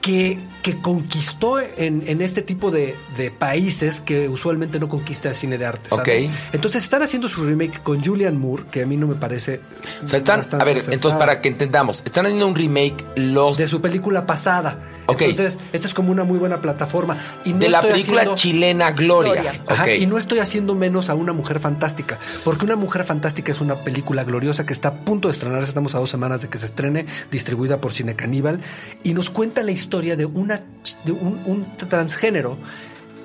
que, que conquistó en, en este tipo de, de países que usualmente no conquista el cine de arte. ¿sabes? Ok. Entonces están haciendo su remake con Julian Moore, que a mí no me parece. o sea, están, bastante a ver, acertada, entonces para que entendamos, están haciendo un remake los De de, su película pasada. Ok. Entonces, esta es como una muy buena plataforma. Y no la estoy película haciendo- chilena Gloria. Gloria. Ajá, Ok. Y no estoy haciendo menos a una mujer fantástica, porque una mujer fantástica es una película gloriosa que está a punto de estrenarse. Estamos a dos semanas de que se estrene, distribuida por Cine Caníbal, y nos cuenta la historia de una ch- de un, un transgénero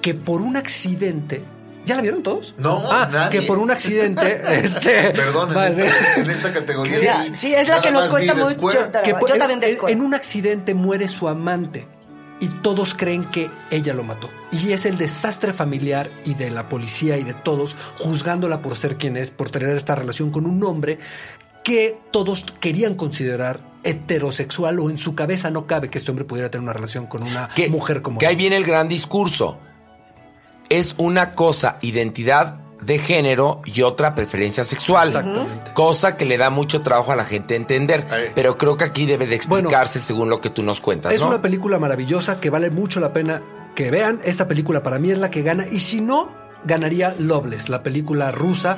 que por un accidente ¿Ya la vieron todos? No, Ah, nadie. que por un accidente, este, Perdón, va a en esta, ser- en esta categoría. Ya, sí, sí, es la nada que nos más vi cuesta de mucho square. trabajo. que Yo por- también de en- escuela. en un accidente muere su amante y todos creen que ella lo mató. Y es el desastre familiar y de la policía y de todos juzgándola por ser quien es, por tener esta relación con un hombre que todos querían considerar heterosexual o en su cabeza no cabe que este hombre pudiera tener una relación con una que, mujer como que ahí él. viene el gran discurso. Es una cosa identidad de género y otra preferencia sexual. Exactamente. Cosa que le da mucho trabajo a la gente entender. Ahí. Pero creo que aquí debe de Bueno, explicarse según lo que tú nos cuentas. Es ¿no? una película maravillosa que vale mucho la pena que vean. Esta película para mí es la que gana. Y si no, ganaría Loveless, la película rusa,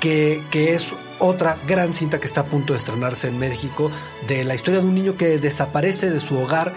que, que es otra gran cinta que está a punto de estrenarse en México, de la historia de un niño que desaparece de su hogar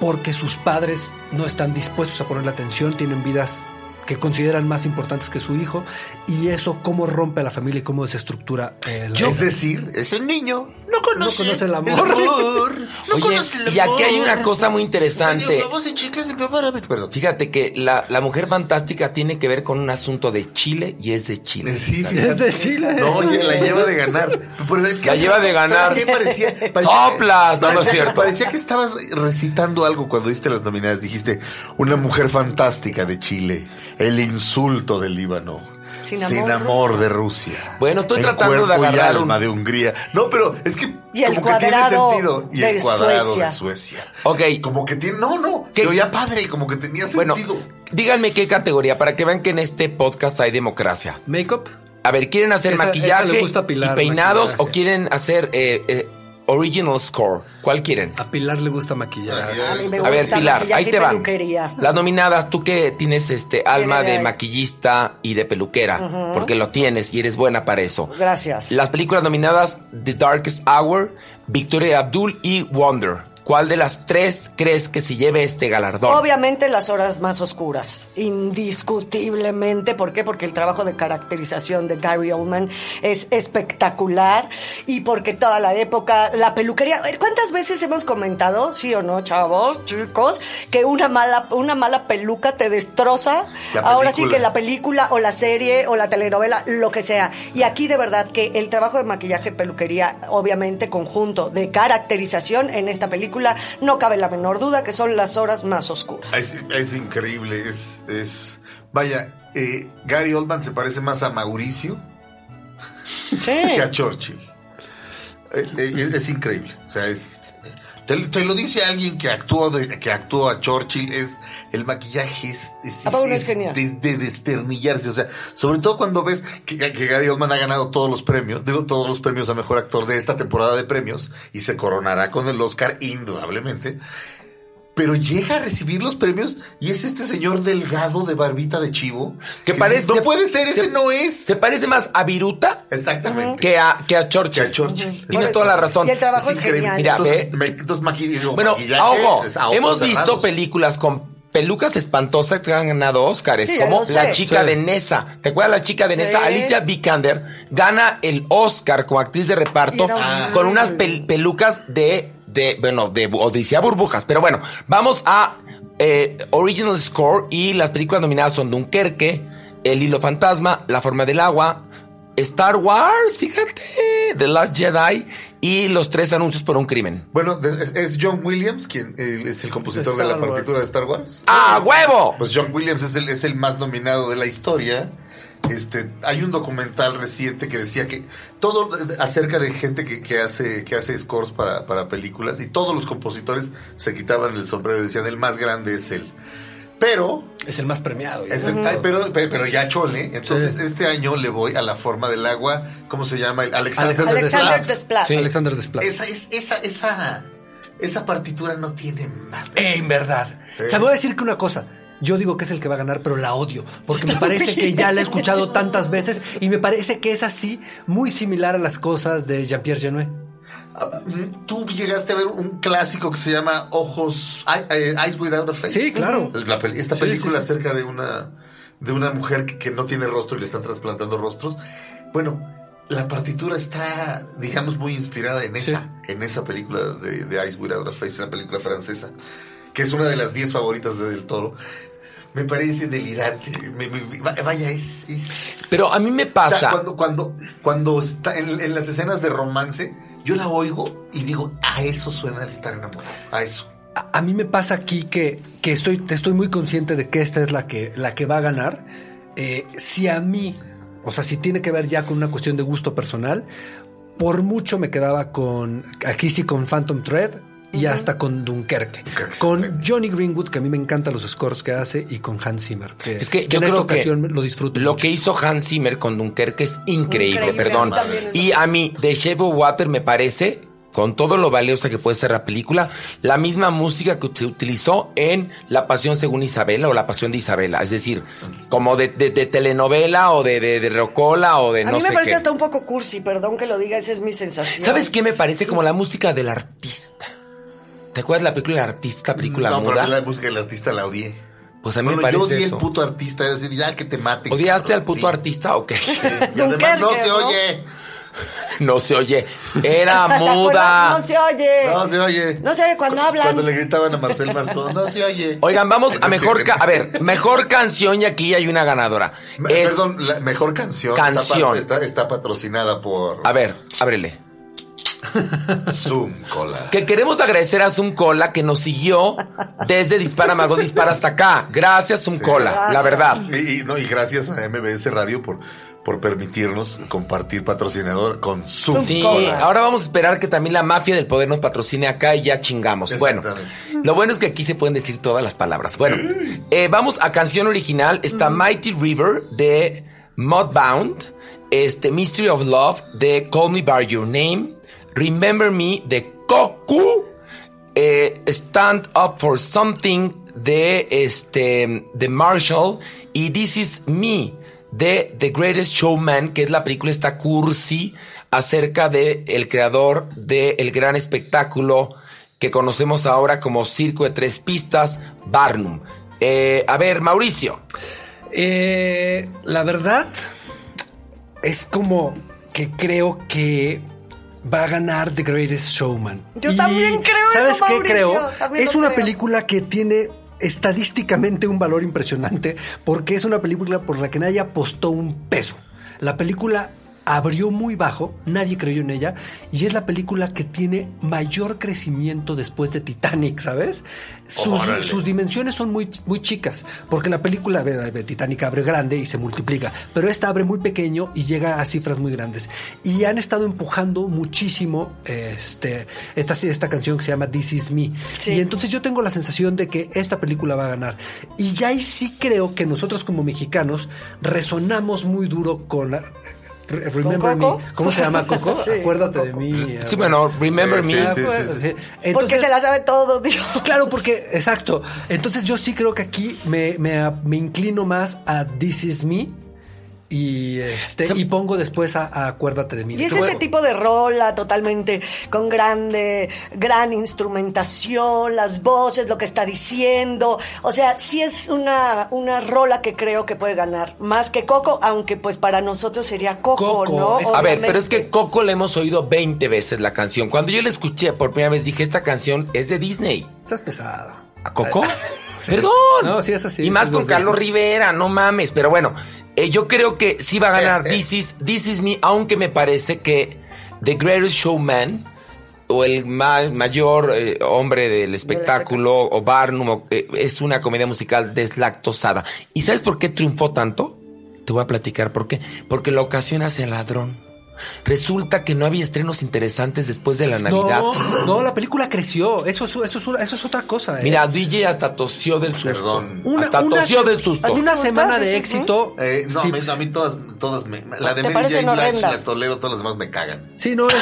porque sus padres no están dispuestos a ponerle atención, tienen vidas que consideran más importantes que su hijo, y eso cómo rompe a la familia y cómo desestructura eh, la Es vida. decir, ese niño no conoce, No conoce el amor. No Oye, conoce el amor. y aquí hay una cosa muy interesante. Oye, globos y chicles de papá, árabe. Perdón. Fíjate que la, la mujer fantástica tiene que ver con un asunto de Chile y es de Chile. Sí, Es de Chile. No, oye, la lleva de ganar. Pero es que La lleva de ¿sabes ganar. qué? Parecía, Soplas, no, no es parecía que- cierto. Parecía que estabas recitando algo cuando diste las nominadas. Dijiste, una mujer fantástica de Chile, el insulto del Líbano. Sin Sin, amor, amor, de Rusia. Bueno, estoy El tratando de cuerpo agarrar y alma un- de Hungría. No, pero es que Y el como que tiene cuadrado sentido. Y el de cuadrado Suecia. de Suecia. Ok. Como que tiene. No, no. ¿Qué? Se oía padre, como que tenía Bueno, sentido. díganme qué categoría para que vean que en este podcast hay democracia. Make-up. A ver, ¿quieren hacer Esta- esta maquillaje le gusta a Pilar, y peinados maquillaje. o quieren hacer eh, eh, Original Score. ¿Cuál quieren? A Pilar le gusta maquillar. Maquillar. A mí me A ver, gusta Pilar, maquillaje ahí y te van. peluquería. Las nominadas, tú que tienes este alma Viene de de ahí. maquillista y de peluquera, porque lo tienes y eres buena para eso. Gracias. Las películas nominadas The Darkest Hour, Victoria Abdul y Wonder. ¿Cuál de las tres crees que se lleve este galardón? Obviamente las horas más oscuras, indiscutiblemente. ¿Por qué? Porque el trabajo de caracterización de Gary Oldman es espectacular y porque toda la época, la peluquería. ¿Cuántas veces hemos comentado, sí o no, chavos, chicos, que una mala, una mala peluca te destroza? La Ahora sí película. que la película o la serie o la telenovela, lo que sea. Y aquí de verdad que el trabajo de maquillaje, peluquería, obviamente conjunto de caracterización en esta película, no cabe la menor duda que son las horas más oscuras. Es, es increíble, es, es- Vaya, eh, Gary Oldman se parece más a Mauricio Sí. que a Churchill. Eh, eh, es, es increíble. O sea, es. Te, te lo dice alguien que actuó de- que actuó a Churchill, es el maquillaje es, es- ¿A poco es no Ah, es genial? de, de desternillarse. O sea, sobre todo cuando ves que, que Gary Oldman ha ganado todos los premios, digo todos los premios a mejor actor de esta temporada de premios, y se coronará con el Oscar, indudablemente. Pero llega a recibir los premios y es este señor delgado de barbita de chivo. Que parece- No puede ser, que- ese no es. Se parece más a Viruta Exactamente. que a, que a Churchill. Que a Churchill. Tienes toda la razón. Y el trabajo es, increíble. genial. Mira, Entonces, ve. me- entonces, maqui- digo, Bueno, maquillaje ojo, es a ojos hemos visto cerrados. películas con pelucas espantosas que han ganado Óscares, Sí, ya como lo sé. la chica Sí. de Nessa. ¿Te acuerdas la chica de Nessa? Sí. Alicia Vikander gana el Óscar como actriz de reparto Era horrible. con unas pel- pelucas de, de, bueno, de bu- Odisea Burbujas. Pero bueno, vamos a eh, Original Score y las películas nominadas son Dunkerque, El Hilo Fantasma, La Forma del Agua, Star Wars, fíjate, The Last Jedi y Los Tres Anuncios por un Crimen. Bueno, de- es, es John Williams quien eh, es el compositor de Star la Wars. partitura de Star Wars. ¡A huevo! Pues John Williams es el, es el más nominado de la historia. Este, hay un documental reciente que decía que todo acerca de gente que, que hace que hace scores para, para películas y todos los compositores se quitaban el sombrero y decían el más grande es él. Pero Es el más premiado. ya. Es el- ay, pero, pe- pero ya chole. Entonces, este año le voy a la forma del agua. ¿Cómo se llama? El Alexander, Alexander Desplat. Desplat. Sí. Alexander Desplat. Esa, es, esa, esa, esa partitura no tiene nada. En verdad. Sí. O sea, voy a decir que una cosa. Yo digo que es el que va a ganar, pero la odio. Porque me parece que ya la he escuchado tantas veces y me parece que es así, muy similar a las cosas de Jean-Pierre Genuet. Ah, mm, Tú llegaste a ver un clásico que se llama Ojos, Eye- eh, Eyes Without a Face. Sí, claro. La pel- esta Sí, película sí, sí. acerca de una, de una mujer que, que no tiene rostro y le están trasplantando rostros. Bueno, la partitura está, digamos, muy inspirada en Sí. esa, en esa película de, de Eyes Without a Face, una película francesa, que es una de las 10 favoritas de Del Toro. Me parece delirante. Me- me- va- vaya, es- es Pero a mí me o sea, pasa. cuando, cuando, cuando está en, en las escenas de romance, yo la oigo y digo, a eso suena el estar enamorado, a eso. A, a mí me pasa aquí que, que estoy, te estoy muy consciente de que esta es la que, la que va a ganar. Eh, si a mí, o sea, si tiene que ver ya con una cuestión de gusto personal, por mucho me quedaba con, aquí sí, con Phantom Thread y hasta con Dunkerque. Dunkerque es Con espléndido. Johnny Greenwood, que a mí me encantan los scores que hace, y con Hans Zimmer. Que, Es que que yo en creo esta ocasión que lo disfruto. Lo mucho. que hizo Hans Zimmer con Dunkerque es increíble, Increíble, perdón. a mí también es Y a mí, The Shape of Water me parece, con todo lo valiosa que puede ser la película, la misma música que se utilizó en La Pasión según Isabela o La Pasión de Isabela. Es decir, como de, de- de telenovela o de, de, de rocola o de a no mí me sé parece qué. hasta un poco cursi, perdón que lo diga, esa es mi sensación. ¿Sabes qué me parece? Como la música del artista. ¿Te acuerdas la película del artista, película no, pero a muda? mí la música del artista la odié. Pues a mí me Bueno, parece yo odié eso. el puto artista, era decir, ya que te maten. ¿Odiaste cabrón, al puto sí. artista o qué? Y además no Dunkerque, se ¿no? oye, No se oye. Era ¿Te acuerdas? muda. No se oye. no se oye. No se oye cuando hablan. Cuando le gritaban a Marcel Marzón, no se oye. Oigan, vamos a No se mejor oye. ca- a ver, mejor canción y aquí hay una ganadora. Me- Es- Perdón, la mejor canción, está Canción. pa- Está, está patrocinada por A ver, ábrele. Zoom Cola. Que queremos agradecer a Zoom Cola que nos siguió desde Dispara Mago Dispara hasta acá. Gracias Zoom Cola, la Gracias. verdad. Y, y, no, y gracias a MBS Radio por, por permitirnos compartir patrocinador con Zoom. Sí, Cola. ahora vamos a esperar que también la mafia del poder nos patrocine acá y ya chingamos. Bueno, Exactamente. lo bueno es que aquí se pueden decir todas las palabras. Bueno, eh, vamos a canción original. Está Mighty River de Mudbound, este Mystery of Love de Call Me By Your Name, Remember Me de Koku, eh, Stand Up for Something de, este, de Marshall y This Is Me de The Greatest Showman, que es la película esta cursi acerca de el creador del gran espectáculo que conocemos ahora como Circo de Tres Pistas, Barnum. Eh, a ver, Mauricio. Eh, la verdad es como que creo que va a ganar The Greatest Showman. Yo también creo ¿Sabes eso, qué Mauricio? creo? También Es lo una creo. película que tiene estadísticamente un valor impresionante porque es una película por la que nadie apostó un peso. La película abrió muy bajo, nadie creyó en ella y es la película que tiene mayor crecimiento después de Titanic, ¿sabes? Sus, Órale. sus dimensiones son muy, muy chicas, porque la película de, de Titanic abre grande y se multiplica, pero esta abre muy pequeño y llega a cifras muy grandes. Y han estado empujando muchísimo este, esta, esta canción que se llama This Is Me. Sí. Y entonces yo tengo la sensación de que esta película va a ganar. Y ya ahí sí creo que nosotros como mexicanos resonamos muy duro con... la- Re- Remember ¿Con Coco? Me. ¿Cómo se llama Coco? Sí, Acuérdate de Coco. mí. Sí, bueno, Remember Sí, Me. sí, Acuérdate, sí. Porque Entonces- se la sabe todo, Dios. Claro, porque, exacto. Entonces yo sí creo que aquí me, me- me inclino más a This Is Me y, este, y pongo después a, a Acuérdate de mí. Y es Luego- ese tipo de rola totalmente con grande, gran instrumentación, las voces, lo que está diciendo. O sea, sí es una, una rola que creo que puede ganar. Más que Coco, aunque pues para nosotros sería Coco, Coco, ¿no? es- A ver, pero es Obviamente. que Coco le hemos oído 20 veces la canción. Cuando yo la escuché por primera vez dije, esta canción es de Disney. Estás pesado. ¿A Coco? Perdón. No, sí es así. Y más Es con así. Carlos Rivera, no mames. Pero bueno, eh, yo creo que sí va a ganar This, is, This Is Me, aunque me parece que The Greatest Showman o el ma- mayor eh, hombre del espectáculo o Barnum o, eh, es una comedia musical deslactosada. ¿Y sabes por qué triunfó tanto? Te voy a platicar por qué. Porque la ocasión hace al ladrón. Resulta que no había estrenos interesantes después de la Navidad. No, no, la película creció. Eso, es- eso, es una- eso es otra cosa. eh. Mira, DJ hasta tosió del susto. Perdón. Una- hasta una- tosió del susto. Una ¿Te semana gusta de This Is Me? éxito. Eh, no, sí, a, mí, a mí todas, todas me. La de ¿Te Mary parecen Jane Blige horrendas? la tolero, todas las demás me cagan. pues, sí, no, es,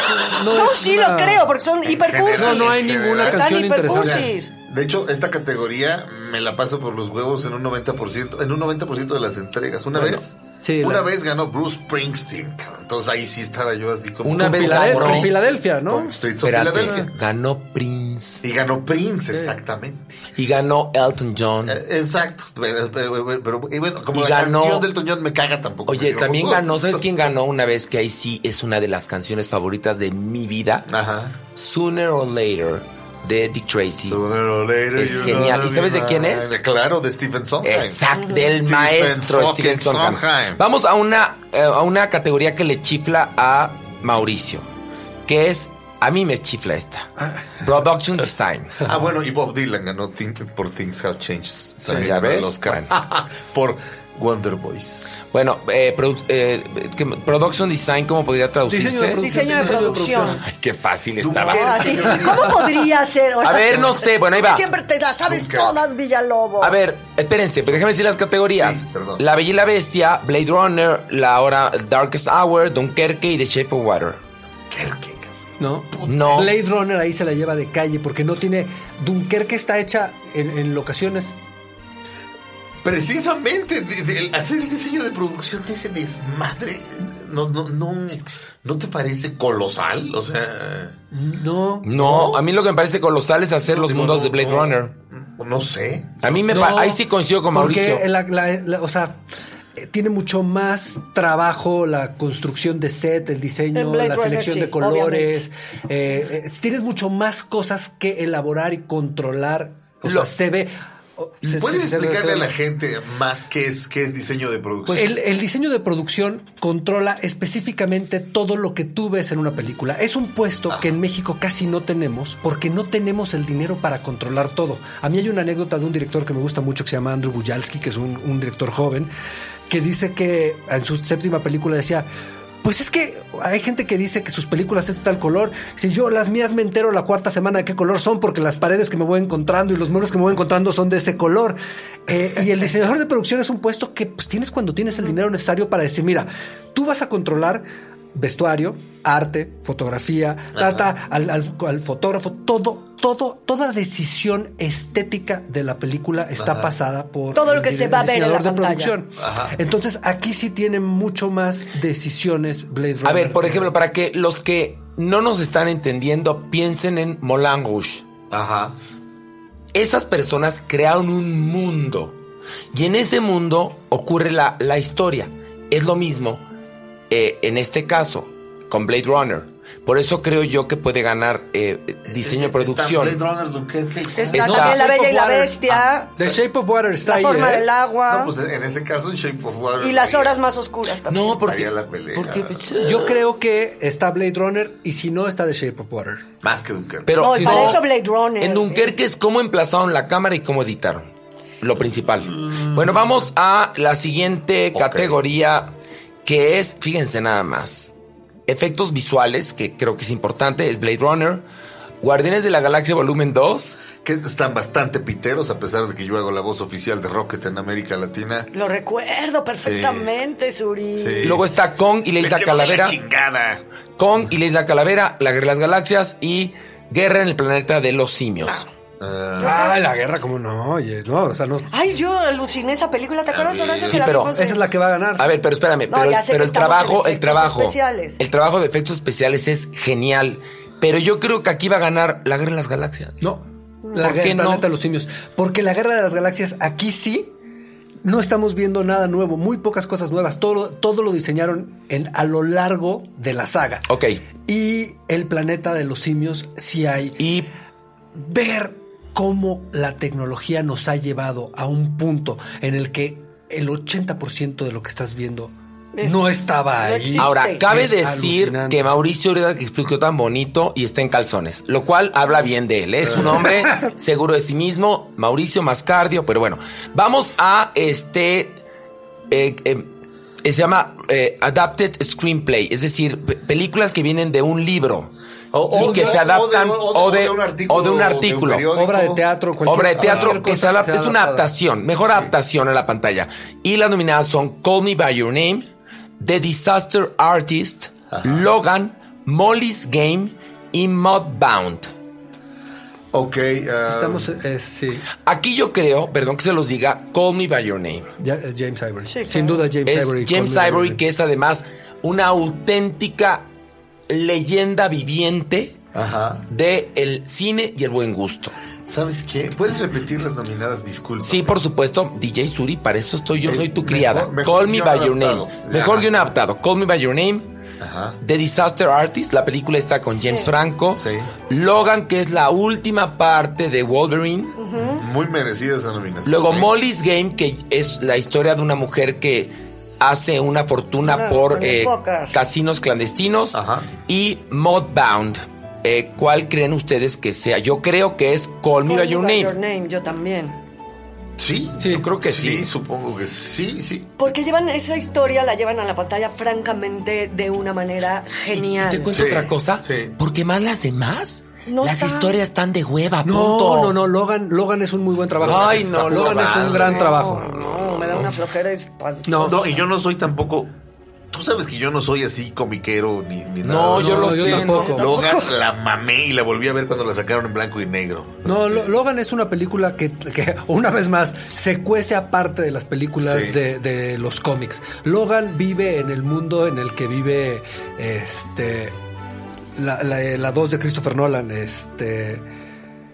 no, No, es sí una- lo creo, porque son hipercursis. No, no hay En ninguna general. canción Están O interesante. sea, Cursis. de hecho, esta categoría me la paso por los huevos en un 90%, en un 90% de las entregas. Una Bueno, vez, sí, una la- vez ganó Bruce Springsteen, cabrón. Entonces ahí sí estaba yo así como Una Con vez Filade- laboró. con Filadelfia, ¿no? con Streets of Espérate, Philadelphia. ganó Prince Y ganó Prince, exactamente. y ganó Elton John. Eh, Exacto. Pero, pero- pero- pero- y bueno, como Y la ganó- canción del Toñón me caga tampoco. Oye, Pero- uh. también ganó, ¿sabes quién ganó una vez que ahí sí es una de las canciones favoritas de mi vida? Ajá. Sooner or Later de Dick Tracy. Sooner or later Es you're genial. gonna ¿Y sabes be de quién mine. es? De- claro, de Stephen Sondheim. Exacto, del Stephen maestro Stephen fucking Sondheim. Sondheim. Vamos a una, eh, a una categoría que le chifla a Mauricio, que es, a mí me chifla esta, Production Design. Ah, bueno, y Bob Dylan ganó Think- por Things Have Changed. También ya ganó el ves. Oscar. por Wonder Boys. Bueno, eh, produ- eh, que- Production Design, ¿cómo podría traducirse? Diseño de produ- Diseño de Diseño de producción. producción. Ay, qué fácil Duque. estaba. Ay, Ah, sí. ¿Cómo podría ser? A ver, no sé, bueno, ahí va. Siempre te las sabes Nunca. todas, Villalobos. A ver, espérense, pero déjame decir las categorías. Sí, perdón. la Bella y la Bestia, Blade Runner, la hora Darkest Hour, Dunkerque y The Shape of Water. ¿No? No. Blade Runner ahí se la lleva de calle porque no tiene. Dunkerque está hecha en, en locaciones. Precisamente, de- de- hacer el diseño de producción de ese desmadre, no, no, no, ¿no te parece colosal? O sea, No. No, a mí lo que me parece colosal es hacer los No, mundos no, de Blade no. Runner. no sé. A mí me No, pa- ahí sí coincido con porque Mauricio. la- la- la- o sea, eh, tiene mucho más trabajo la construcción de set, el En diseño, Blade la Runner, selección sí, de colores. Eh, eh, tienes mucho más cosas que elaborar y controlar. O Lo- sea, se ve. o- se- ¿Puedes se- se- se- explicarle a la se- gente más qué es, qué es diseño de producción? Pues el, Pues el diseño de producción controla específicamente todo lo que tú ves en una película. Es un puesto que en México casi no tenemos porque no tenemos el dinero para controlar todo. A mí hay una anécdota de un director que me gusta mucho que se llama Andrew Bujalski, que es un, un director joven, que dice que en su séptima película decía... Pues es que hay gente que dice que sus películas es tal color. Si yo las mías me entero la cuarta semana de qué color son, porque las paredes que me voy encontrando y los muros que me voy encontrando son de ese color. Eh, y el diseñador de producción es un puesto que pues, tienes cuando tienes el dinero necesario para decir, mira, tú vas a controlar vestuario, arte, fotografía, trata al, al- al fotógrafo, todo, todo, toda decisión estética de la película está pasada por Todo lo el que se dire- va a ver en la diseñador de pantalla. producción. Entonces aquí sí tiene mucho más decisiones Blaze Runner. A ver, por ejemplo, para que los que no nos están entendiendo piensen en Moulin Rouge. Ajá. Esas personas crearon un mundo y en ese mundo ocurre la, la historia. Es lo mismo eh, en este caso con Blade Runner. Por eso creo yo que puede ganar eh, diseño Está producción. Blade Runner, Dunkerque. Está Está- Ah, también La Bella y la Water. Bestia, The Shape of Water está La ahí. Forma ¿eh? del Agua No, pues ¿eh? en ese caso, Shape of Water. y Las sería- Horas Más Oscuras también. No, porque, la pelea. porque pues, Yo creo que está Blade Runner y si no está The Shape of Water. Más que Dunkerque. Pero No, y si para eso Blade Runner. Eh, En Dunkerque es cómo emplazaron la cámara y cómo editaron. Lo principal. Bueno, vamos a la siguiente Mm. Ok. categoría que es, fíjense nada más, efectos visuales, que creo que es importante, es Blade Runner, Guardianes de la Galaxia Volumen 2, que están bastante piteros, a pesar de que yo hago la voz oficial de Rocket en América Latina. Lo recuerdo perfectamente, Suri. Sí. luego está Kong y la Es Isla que no de la Calavera, chingada. Kong y la Isla Calavera, La Guerra de las Galaxias y Guerra en el Planeta de los Simios. Ah, la guerra, como no, oye, no, o sea, no. Ay, yo aluciné esa película, ¿te acuerdas? Horacio? Sí, Se la pero vimos Esa en- es la que va a ganar. A ver, pero espérame, No, pero, ya sé pero que el estamos en trabajo, el efectos trabajo, especiales. el trabajo de efectos especiales es genial, pero yo creo que aquí va a ganar la guerra en las galaxias. No. La ¿Por guerra qué del no? planeta de los simios. Porque la guerra de las galaxias, aquí sí, no estamos viendo nada nuevo, muy pocas cosas nuevas. Todo, todo lo diseñaron en, a lo largo de la saga. Ok. Y el planeta de los simios, sí hay. Y ver cómo la tecnología nos ha llevado a un punto en el que el 80% de lo que estás viendo Es- no estaba no ahí. Ah, existe. ahora cabe Es decir alucinante. que Mauricio Uribe que explicó tan bonito y está en calzones, lo cual habla bien de él. ¿eh? Es un hombre seguro de sí mismo, Mauricio Mascardio, pero bueno, vamos a este eh, eh, se llama eh, Adapted Screenplay, es decir, pe- películas que vienen de un libro. y que de- se adaptan o de- o de un artículo, o de un artículo. periódico. Obra de teatro, cualquier- obra de teatro cualquier que cosa se adapta, sea es una adaptada. adaptación, mejor adaptación a la pantalla. Y las nominadas son Call Me By Your Name, The Disaster Artist, Logan, Molly's Game y Mudbound. Ok. ah, Estamos, eh, sí, Aquí yo creo, perdón que se los diga, Call Me By Your Name. ya, eh, James Ivory. Sí, claro. Sin duda James es Ivory. James Colin Ivory, que es además una auténtica leyenda viviente Ajá. del cine y el buen gusto. ¿Sabes qué? ¿Puedes repetir las nominadas? Disculpa. Sí, por supuesto, DJ Suri, para eso estoy yo, Es soy tu mejor- criada. mejor Call me guión by your adaptado. name. Ya. Mejor guión adaptado. Call me by your name. Ajá. The Disaster Artist, la película está con James Franco. Sí. Logan, que es la última parte de Wolverine. Muy merecida esa nominación. Luego Ok. Molly's Game, que es la historia de una mujer que hace una fortuna Claro, por con el eh, póker. casinos clandestinos. Ajá. Y Modbound. eh, ¿Cuál creen ustedes que sea? Yo creo que es Call Me By Call Me Your By Name. Your Name, yo también. Sí. Sí. Yo creo que sí. Sí, supongo que sí, sí. Porque llevan esa historia, la llevan a la pantalla francamente de una manera Y genial. te cuento Sí, otra cosa. sí. Porque más las demás, No las están. historias están de hueva. No, punto. no, no, Logan, Logan es un muy buen trabajo. Ay, no, Logan es Logan. un gran No, trabajo. No, me da una flojera espantosa. No, No, y yo no soy tampoco. Tú sabes que yo no soy así comiquero ni, ni nada. No, yo lo yo sé. tampoco. no. Logan la mamé y la volví a ver cuando la sacaron en blanco y negro. No, Lo- Logan es una película que, que, una vez más, se cuece aparte de las películas Sí. de, de los cómics. Logan vive en el mundo en el que vive este la, la, la 2 de Christopher Nolan, este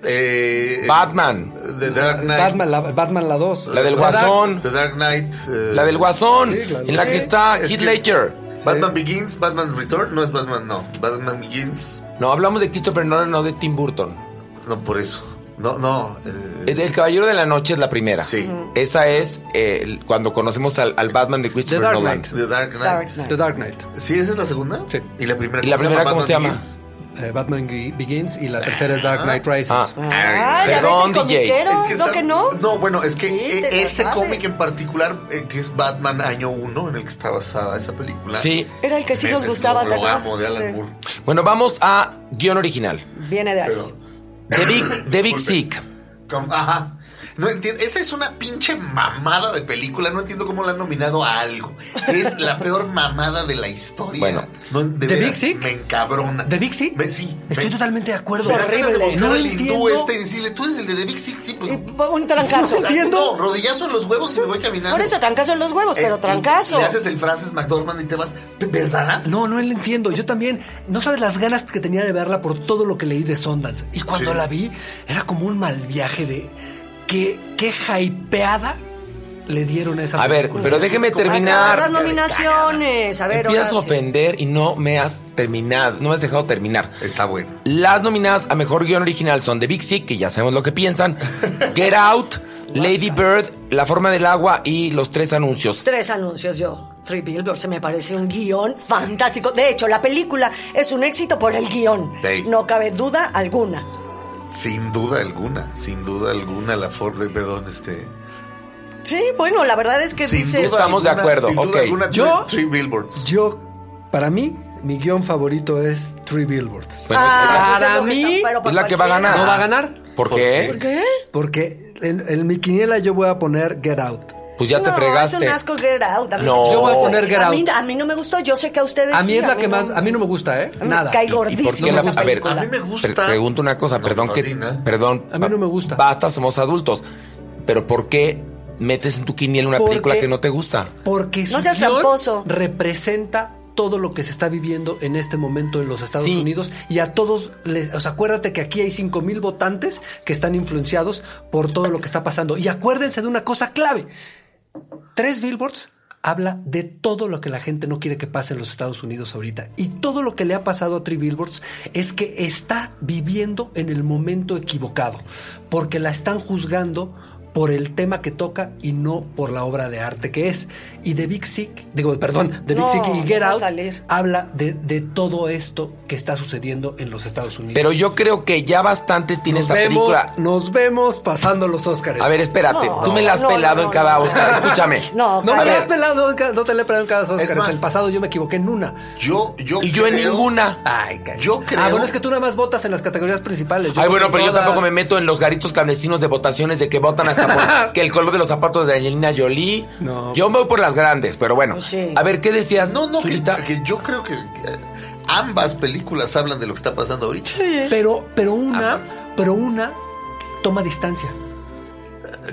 Eh, Batman. The Dark Knight. Batman, la, Batman la 2. La del Dark- Guasón. The Dark Knight. eh, La del Guasón. Sí, claro. En la que Sí, está es Heath que- Ledger. Batman Begins, Batman Return. No es Batman, no. Batman Begins. No, hablamos de Christopher Nolan, no de Tim Burton. No, por eso. No, no. eh, El Caballero de la Noche es la primera. Sí. Esa es eh, el- cuando conocemos al, al Batman de Christopher The Dark Nolan. Knight. The Dark Knight. Dark Knight. The Dark Knight. Sí, esa es la segunda. Sí. ¿Y la primera ¿Y la primera cómo se llama? Begins. eh, Batman Ge- Begins y la tercera es Dark Knight Rises. Ah. Ah, ya Perdón, ves el DJ. comiquero, Es ¿no está- que no? No, bueno, es que Sí, eh, te la ese sabes. cómic en particular, eh, que es Batman Año 1, en el que está basada esa película. Sí. Era el que sí Ese nos es gustaba. lo- ¿te Lo acuerdas? amo de Alan Sí. Moore. Bueno, vamos a guión original. Viene de ahí. Pero- The Big, The Big Disculpe. Sick. Com- Ajá. No entiendo. Esa es una pinche mamada de película. No entiendo cómo la han nominado a algo. Es la peor mamada de la historia. Bueno. No, de ¿The Big veras, Sick? Me encabrona. ¿The Big Sick? Me- sí. Estoy me- totalmente de acuerdo. me dan ganas de Horrible. buscar No al entiendo. hindú este y decirle, tú eres el de The Big Sick. Sí, pues. Y Un trancazo. No, entiendo. No, rodillazo en los huevos y me voy caminando. Por eso trancazo en los huevos, Pues, pero Eh, trancazo. Le haces el Francis McDormand y te vas. ¿Verdad? No, no la entiendo. Yo también, no sabes las ganas que tenía de verla por todo lo que leí de Sundance. Y cuando Sí. la vi, era como un mal viaje de qué, qué hypeada le dieron a esa A ver, película. pero déjeme Las terminar. nominaciones. A ver, Empiezas a Horacio. ofender y no me has terminado, no me has dejado terminar. Está bueno. Las nominadas a mejor guión original son The Big Sick, que ya sabemos lo que piensan, Get Out, Lady Bird, La forma del agua y los tres anuncios. Tres anuncios yo. Three Billboards se me parece un guión fantástico. De hecho, la película es un éxito por el guión. Sí. No cabe duda alguna. Sin duda alguna. Sin duda alguna la forma. Perdón, este. Sí, bueno, la verdad es que sin dices... duda Estamos de acuerdo, Sin duda ok. alguna, Yo- Three, Three Billboards. Yo, para mí, mi guión favorito es Three Billboards. Bueno, Ah, Para pues es lo que- mí, pero es para la que va a cualquiera. ganar. ¿No va a ganar? ¿Por ¿Por qué? ¿Por qué? Porque en, en mi quiniela yo voy a poner Get Out. Pues ya te No, fregaste. Es un asco Get Out. A mí No. Yo voy a poner Get A mí- Out. A mí no me gustó. Yo sé que a ustedes A mí sí, es la que no- más, a mí no me gusta, ¿eh? A mí Nada. Cae gordísima la- esa a ver, película. A mí me gusta. Pre- pregunto una cosa, No, perdón me que. fascina. Perdón. A mí no ba- me gusta. Basta, somos adultos. Pero ¿por qué metes en tu quiniela una Porque- película que no te gusta? Porque su No seas guión tramposo. representa todo lo que se está viviendo en este momento en los Estados Sí. Unidos y a todos les, o sea, acuérdate que aquí hay 5 mil votantes que están influenciados por todo lo que está pasando y acuérdense de una cosa clave tres billboards habla de todo lo que la gente no quiere que pase en los Estados Unidos ahorita. Y todo lo que le ha pasado a Three Billboards es que está viviendo en el momento equivocado, porque la están juzgando por el tema que toca y no por la obra de arte que es. Y The Big Sick, digo, perdón, The Big No, Sick y Get no va a Out salir. habla de, de todo esto que está sucediendo en los Estados Unidos. Pero yo creo que ya bastante tiene nos esta vemos, película. nos vemos pasando los Óscares. A ver, espérate. No, Tú me la has no, pelado no, en no, cada no. Oscar. Escúchame. No, No A me cállate. la has ver, pelado, en cada- no te la he pelado en cada Oscar. más- El pasado yo me equivoqué en una. Yo, yo. y yo en creo- ninguna. Ay, cariño. Yo creo. Ah, bueno, es que tú nada más votas en las categorías principales. Ay, voto bueno, en pero yo todas. tampoco me meto en los garitos clandestinos de votaciones de que votan hasta por que el color de los zapatos de Angelina Jolie. No. pues. Yo me voy por las grandes, pero bueno. Pues sí. A ver, ¿qué decías? No, no, que, Zurita? que yo creo que, que ambas películas hablan de lo que está pasando ahorita. Pero, pero una, Ambas. pero una toma distancia.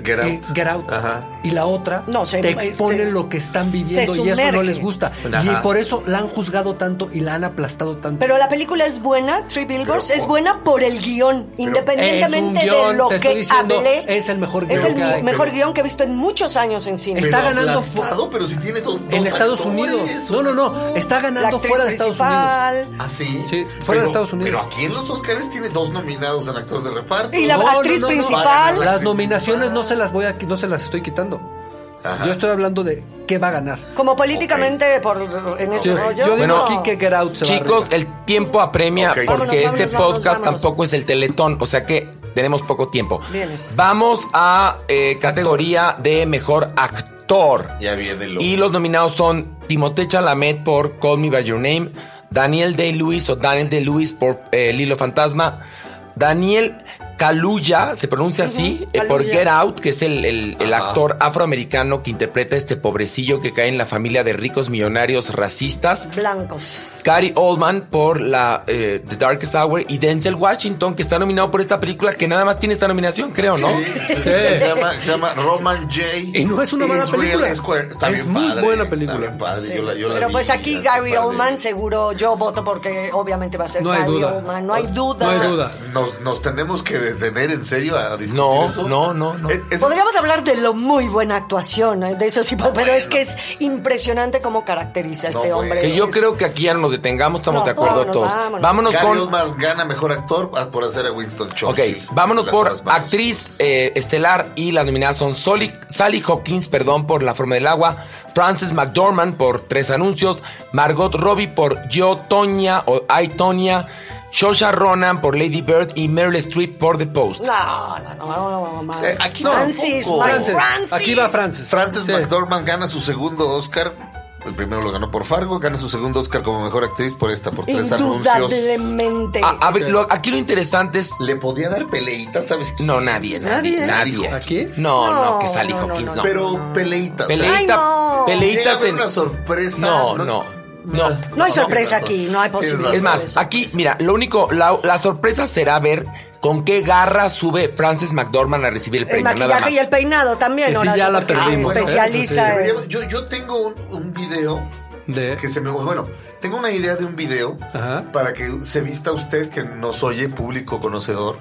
Get eh, Out. Get out. Ajá. Y la otra No, se- te expone este, lo que están se viviendo y eso no sumerge. les gusta. Ajá. Y por eso la han juzgado tanto y la han aplastado tanto. Pero la película es buena, Three Billboards, Pero- es buena por el guión, independientemente es un guión, de lo te estoy que diciendo, hablé. es el mejor Es guión el que mi- hay. mejor Pero- guión que he visto en muchos años en cine. Está ganando aplastado, pero si tiene dos. dos en Estados actores, Unidos. un No, no, no. actor. Está la ganando actriz fuera de Estados Unidos. principal. Ah, sí. Sí, fuera Pero- de Estados Unidos. Pero aquí en los Oscars tiene dos nominados en actor de reparto. Y la No, actriz no, no, no. principal. Vale, Las actriz nominaciones principal. no se las voy a, no se las estoy quitando. Ajá. Yo estoy hablando de qué va a ganar. Como políticamente por en ese Sí, rollo. yo digo no. aquí que Get Out se va Chicos, arriba. el tiempo apremia Ok. porque Vámonos, este vámonos, vámonos, podcast vámonos. tampoco es el teletón, o sea que tenemos poco tiempo. Vienes. Vamos a eh, categoría de mejor actor. Ya viene lo. Y los nominados son Timothée Chalamet por Call Me By Your Name, Daniel Day-Lewis o Daniel Day-Lewis por eh, Lilo Fantasma, Daniel Kaluuya, se pronuncia así, eh, por Kaluuya. Get Out, que es el, el- el Ajá. actor afroamericano que interpreta a este pobrecillo que cae en la familia de ricos millonarios racistas. Blancos. Gary Oldman por la eh, The Darkest Hour y Denzel Washington que está nominado por esta película que nada más tiene esta nominación, creo, ¿no? Sí, sí, sí, Se, llama, se llama Roman J. Y no es una mala Israel película. Square. Está Es bien muy padre, buena película. está bien padre, yo la- yo la Pero vi, pues aquí está Gary padre. Oldman seguro yo voto porque obviamente va a ser No hay Gary duda. Oldman. No hay duda. No hay duda. Nos, nos tenemos que detener en serio a discutir No, eso. no, no, no. Es- es- Podríamos hablar de lo muy buena actuación, ¿eh? de eso sí, pero es que es impresionante cómo caracteriza a No, este bueno. hombre. Que yo Es- creo que aquí ya no nos detengamos, estamos No, de acuerdo vámonos, todos. vámonos. Vámonos, Gary con... Oldman gana mejor actor a- por hacer a Winston Ok, Churchill. vámonos Las por horas más actriz eh, estelar y las nominadas son Soli- Sally Hawkins, perdón, por La Forma del Agua, Frances McDormand por Tres Anuncios, Margot Robbie por Yo Tonya o I Tonya, Shosha Ronan por Lady Bird y Meryl Streep por The Post. No, no, no, no, no, más. Eh, aquí Francis, tampoco. my Frances, Francis. Aquí va Francis. Frances Sí. McDormand gana su segundo Oscar El primero lo ganó por Fargo, gana su segundo Oscar como mejor actriz por esta, por tres anuncios. Indudablemente. Ah, A- a ver, lo- aquí lo interesante es. Le podía dar peleitas, ¿sabes? No, nadie, nadie, Nadie. nadie. ¿Aquí es? No, no, No, que Sally no, no, Hopkins no. no. Pero peleitas. Peleita- Ay, no. Llega a Peleitas haber en. una sorpresa. No, no, no. No hay sorpresa tienes razón. aquí, no hay Ah, Tienes posibilidad. Es razón. más, aquí, mira, lo único, la, la sorpresa será ver con qué garra sube Frances McDormand a recibir el el premio. nada más. maquillaje y el peinado también. Que sí, ahora ya sí, la porque se Ah, perdimos, Bueno, Especializa. ¿eh? en- deberíamos- yo, yo tengo un, un video ¿Eh? De- que se me bueno, tengo una idea de un video Ajá. para que se vista usted que nos oye público conocedor,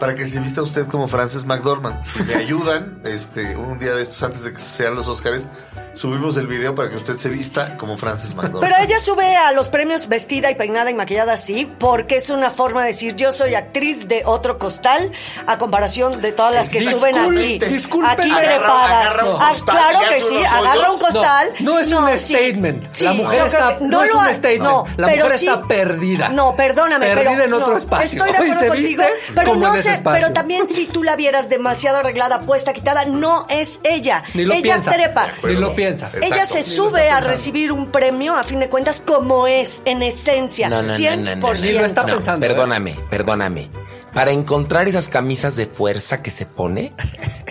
para que se vista usted como Frances McDormand. Si me ayudan, este, un día de estos antes de que sean los Oscars, subimos el video para que usted se vista como Frances McDormand. Pero ella sube a los premios vestida y peinada y maquillada así, porque es una forma de decir yo soy actriz de otro costal, a comparación de todas las que Disculpe, suben aquí. disculpe. aquí Agarra- trepadas. agarra un Ah, costal claro y que hace sí, unos agarra hoyos. un costal. No, no es un sí. statement. Sí, la mujer yo creo está, que no es lo un ha- statement. no, la pero mujer sí- está perdida. No, perdóname, Perdida pero en otro no, espacio. Estoy de Hoy acuerdo se contigo, viste pero como no en ese sé, espacio. pero también si tú la vieras demasiado arreglada, puesta, quitada, no es ella. Ni lo ella piensa. trepa. Ni lo piensa. Exacto. Ella se Sí, lo sube está a pensando. recibir un premio, a fin de cuentas, como es, en esencia. No, no, no, 100%. no, no, no. Ni lo está pensando, Perdóname, perdóname. Para encontrar esas camisas de fuerza que se pone,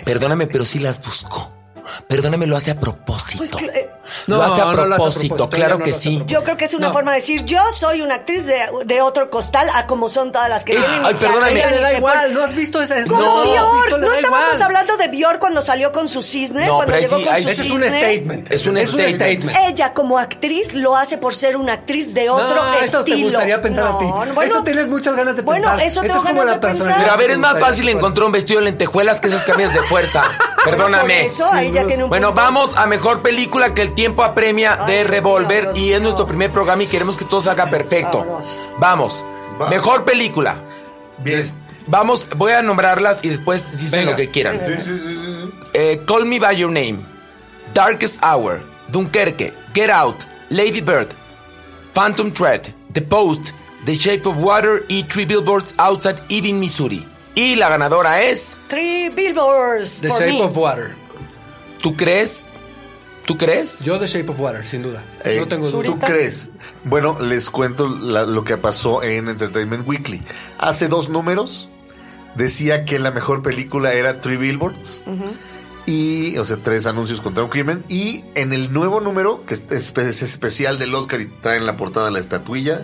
perdóname, pero sí las busco. Perdóname, lo hace a propósito. Pues que- eh, lo, No, hace a no lo hace a propósito, propósito, claro ella no que lo hace a sí. propósito. Yo creo que es una No. forma de decir, yo soy una actriz de, de otro costal, a como son todas las que Es- tienen. ay, y se perdóname. arreglan Ella le y da se igual, ponen. no has visto ese. Como No, has visto, Bjork, le no da estábamos igual. hablando de Bjork cuando salió con su cisne, No, cuando pero llegó sí, con ahí su ese Ese es un cisne. statement. Es un statement. Ella como actriz lo hace por ser una actriz de otro no, estilo. eso te gustaría pensar a ti. No, bueno, eso tienes muchas ganas de pensar. bueno, eso es tengo como ganas la de pensar. personalidad Pero a ver, es más que te gustaría. fácil encontrar un vestido de lentejuelas que esas camisas de fuerza. Por Perdóname. eso ahí ya tiene un Bueno, punto. vamos a mejor película que el tiempo apremia Ay, de Dios Revolver mío, Dios y es mío. nuestro primer programa y queremos que todo salga perfecto. Vámonos. Vamos. Va. Mejor película. Bien. Vamos, voy a nombrarlas y después dicen Venga. lo que quieran. Sí, sí, sí, sí, sí. Eh, Call Me By Your Name, Darkest Hour, Dunkerque, Get Out, Lady Bird, Phantom Thread, The Post, The Shape of Water y Three Billboards Outside Ebbing, Missouri. Y la ganadora es, Three billboards The for Shape me. of Water. ¿tú crees? ¿Tú crees? Yo The Shape of Water, sin duda. Eh, no tengo duda. ¿Tú crees? Bueno, les cuento la- lo que pasó en Entertainment Weekly. Hace dos números decía que la mejor película era Three Billboards. Y, o sea, tres anuncios contra un crimen. Y en el nuevo número, que es, es especial del Oscar y trae en la portada la estatuilla,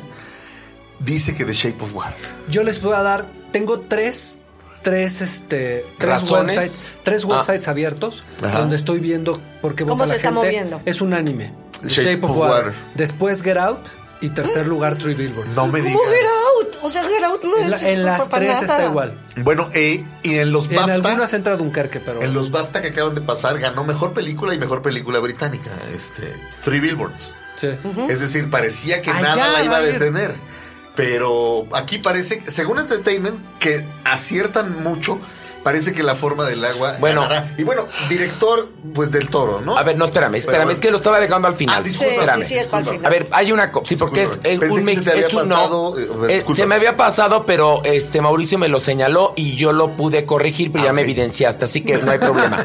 dice que The Shape of Water. Yo les voy a dar, tengo tres, tres, este, tres Razones. websites, tres Ah. websites abiertos Ajá. donde estoy viendo por qué ¿Cómo vota se la está gente. moviendo? Es un anime. The Shape Shape, of, of water. Water. Después Get Out y tercer lugar Three Billboards. No me ¿Cómo digas. Get Out? O sea, Get Out no En, la- es en las para tres nada. está igual. Bueno, eh, y en los En algunas BAFTA. entra Dunkerque, pero En los BAFTA que acaban de pasar, ganó mejor película y mejor película británica. Este, Three Billboards. sí. Es decir, parecía que Ah, Allá nada la iba a va a ir. detener. Pero aquí parece, según Entertainment, que aciertan mucho. Parece que la forma del agua. Bueno. ganará. Y bueno, director, pues del toro, ¿no? A ver, no, espérame, Pero espérame, bueno. es que lo estaba dejando al final. Ah, Sí, disculpa, Espérame. sí, sí, es para el disculpa. final. A ver, hay una cosa. Sí, porque es, Discúlpame. eh, Pensé un que se te me- había es un pasado, eh, no. Eh, discúlpame. se me había pasado, pero este Mauricio me lo señaló y yo lo pude corregir, pero Ah, ya me ok. evidenciaste, así que no hay problema.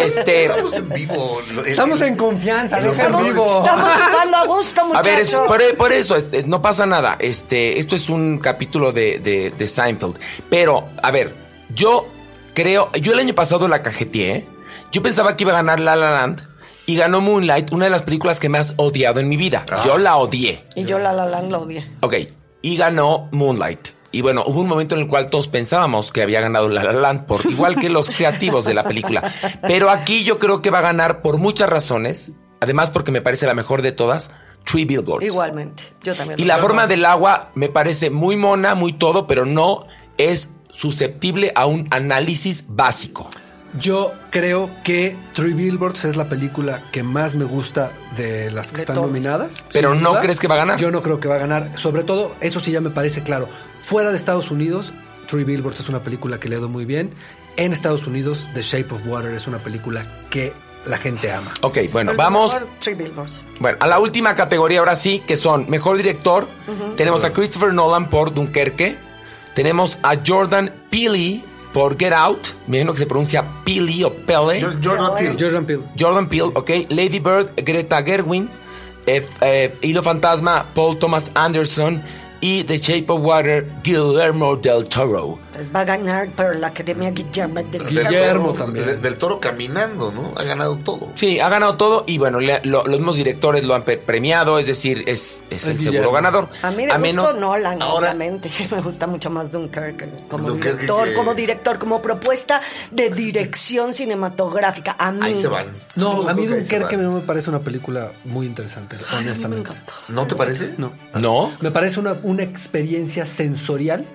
este. Estamos en vivo. El- Estamos el- en confianza, el- deja en el- vivo. Estamos chupando a gusto, A muchachos. ver, es- por, por eso, es- es- no pasa nada. Este, esto es un capítulo de, de- de Seinfeld. Pero, a ver, yo creo, yo el año pasado la cajeteé. ¿eh? Yo pensaba que iba a ganar La La Land y ganó Moonlight, una de las películas que más odiado en mi vida. Yo la odié. Y yo la la Land la odié. Ok, y ganó Moonlight. Y bueno, hubo un momento en el cual todos pensábamos que había ganado La La Land, por igual que los creativos de la película. Pero aquí yo creo que va a ganar por muchas razones, además porque me parece la mejor de todas, Three Billboards. Igualmente. Yo también. Y la forma del agua me parece muy mona, muy todo, pero no es susceptible a un análisis básico. Yo creo que Three Billboards es la película que más me gusta de las que De están todas. nominadas. Pero sin no crees que va a ganar. Yo no creo que va a ganar. Sobre todo, eso sí ya me parece claro. Fuera de Estados Unidos, Three Billboards es una película que le doy muy bien. En Estados Unidos, The Shape of Water es una película que la gente ama. Ok, bueno, Pero vamos mejor Three Billboards. bueno, a la última categoría ahora sí, que son mejor director. Tenemos a Christopher Nolan por Dunkerque. Tenemos a Jordan Peele por Get Out. Me imagino que se pronuncia Peele o Pele. Yo- Jordan Peele. Jordan Peele. Jordan Peele, ok. Lady Bird, Greta Gerwin. eh, eh, Hilo Fantasma, Paul Thomas Anderson y The Shape of Water, Guillermo del Toro. Pues va a ganar por la Academia Guillermo de Del Guillermo. Guillermo toro, también. de- del toro caminando, ¿no? Ha ganado todo. Sí, ha ganado todo y bueno, le- lo- los mismos directores lo han pre- premiado, es decir, es, es Es el Guillermo. seguro ganador. A mí de gusto Nolan, ahora- obviamente. Me gusta mucho más Dunkirk como Dunkerque director, que- como director, como propuesta de dirección cinematográfica. A mí. Ahí se van. No, Yo a mí creo que ahí se Dunkerque van. no me parece una película muy interesante, A mí me honestamente. encantó. ¿No te parece? No. ¿No? Me parece una, una experiencia sensorial,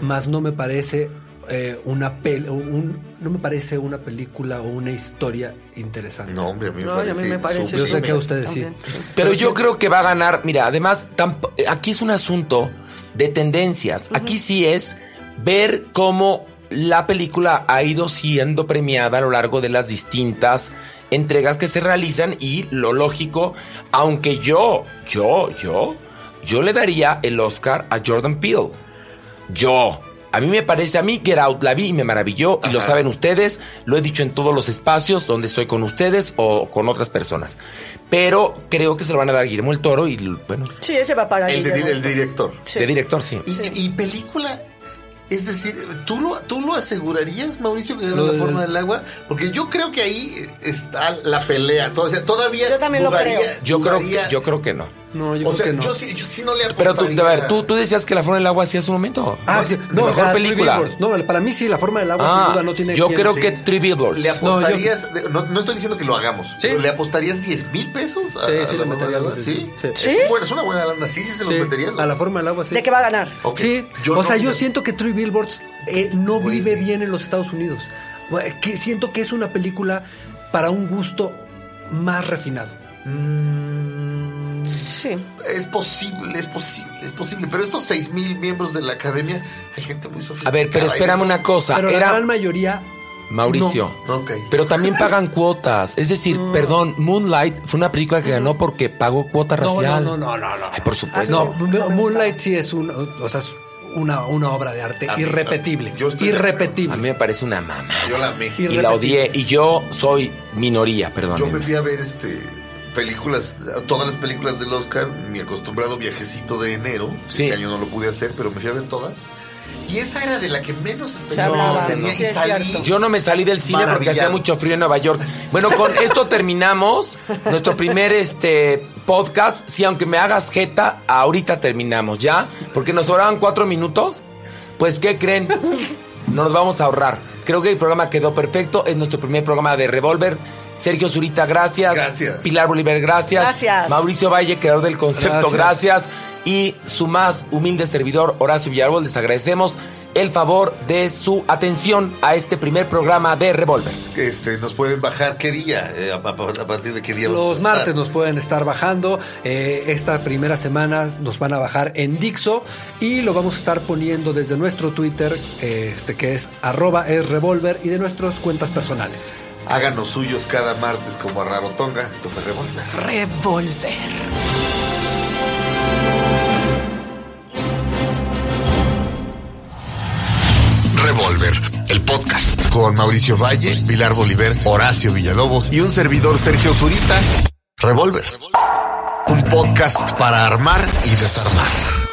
más no me parece eh, una pel- un- no me parece una película o una historia interesante. No, hombre, a mí me No, y parece. a mí me parece súper Yo sé súper que a ustedes también, sí. sí. Pero yo creo que va a ganar. Mira, además, tamp- aquí es un asunto de tendencias. Aquí sí es ver cómo la película ha ido siendo premiada a lo largo de las distintas entregas que se realizan y lo lógico, aunque yo, yo, yo, yo le daría el Oscar a Jordan Peele. Yo. A mí me parece, a mí Get Out la vi y me maravilló, y lo saben ustedes, lo he dicho en todos los espacios donde estoy con ustedes o con otras personas. Pero creo que se lo van a dar a Guillermo el Toro y, bueno, Sí, ese va para El, de- Guillermo. el director. Sí. de director, sí. Y, Sí. y película. Es decir, ¿tú lo, ¿tú lo asegurarías, Mauricio, que gana Lo la del- forma del agua? Porque yo creo que ahí está la pelea. to- o sea, todavía Yo también lo creo. Yo creo, que, dudaría- yo creo que no. No, yo o creo sea, que no. yo, sí, yo sí no le Pero apostaría. tú, a ver, tú, tú decías que La Forma del Agua hacía su momento. Ah, sí, no, mejor la- película. Three Billboards. No, para mí sí, la forma del agua Ah, sin duda no tiene yo quien- creo sí. que Three Billboards. ¿Le No, yo- apostarías? de- No, no, estoy diciendo que lo hagamos. Sí. pero ¿Le apostarías 10 mil pesos a, Sí, a la sí, le forma del metería agua? algo, Sí. sí. Sí. Es ¿Sí? buena- es una buena lana. Sí, sí, se los Sí, meterías. a la forma del agua, sí. ¿De qué va a ganar? Ok. Sí, Yo o no sea, yo creo- siento que Three Billboards eh, no Güey. vive bien en los Estados Unidos. Bueno, eh, que siento que es una película para un gusto más refinado. Sí. Es posible, es posible, es posible. Pero estos 6 mil miembros de la academia, hay gente muy A sofisticada. ver, pero Hay espérame gente- una cosa. pero era la gran mayoría. Mauricio. Ok. Pero también pagan cuotas. Es decir, perdón, Moonlight fue una película que ganó porque pagó cuota No, racial. no, no, no, no, no. Ay, por supuesto. No, no me Moonlight sí es un, o sea, es una, una obra de arte A mí- irrepetible. yo estoy de acuerdo. irrepetible. A mí me parece una mamá. Yo la amé. Y Irrepetible. la odié. Y yo soy minoría, perdón. Yo me fui a ver este películas, todas las películas del Oscar, mi acostumbrado viajecito de enero. Sí. Este año no lo pude hacer, pero me fui a ver todas. Y esa era de la que menos hablaba, esperanzas tenía sí y es salí. cierto. Yo no me salí del cine porque Maravillado. hacía mucho frío en Nueva York. Bueno, con esto terminamos nuestro primer este podcast. Si aunque me hagas jeta, ahorita terminamos ya. Porque nos sobraban cuatro minutos. Pues, ¿qué creen? No nos vamos a ahorrar. Creo que el programa quedó perfecto. Es nuestro primer programa de Revolver. Sergio Zurita, gracias. Gracias. Pilar Bolívar, gracias. Gracias. Mauricio Valle, creador del concepto, Gracias. gracias. Y su más humilde servidor, Horacio Villarol, les agradecemos el favor de su atención a este primer programa de Revolver. Este, nos pueden bajar qué día, Eh, a, a- a partir de qué día. vamos a Los estar. martes nos pueden estar bajando. eh, esta primera semana nos van a bajar en Dixo y lo vamos a estar poniendo desde nuestro Twitter, eh, este que es arroba es revolver y de nuestras cuentas personales. Háganos suyos cada martes como a Rarotonga. Esto fue Revolver. Revolver. Revolver, el podcast con Mauricio Valle, Pilar Bolívar, Horacio Villalobos y un servidor Sergio Zurita. Revolver, un podcast para armar y desarmar.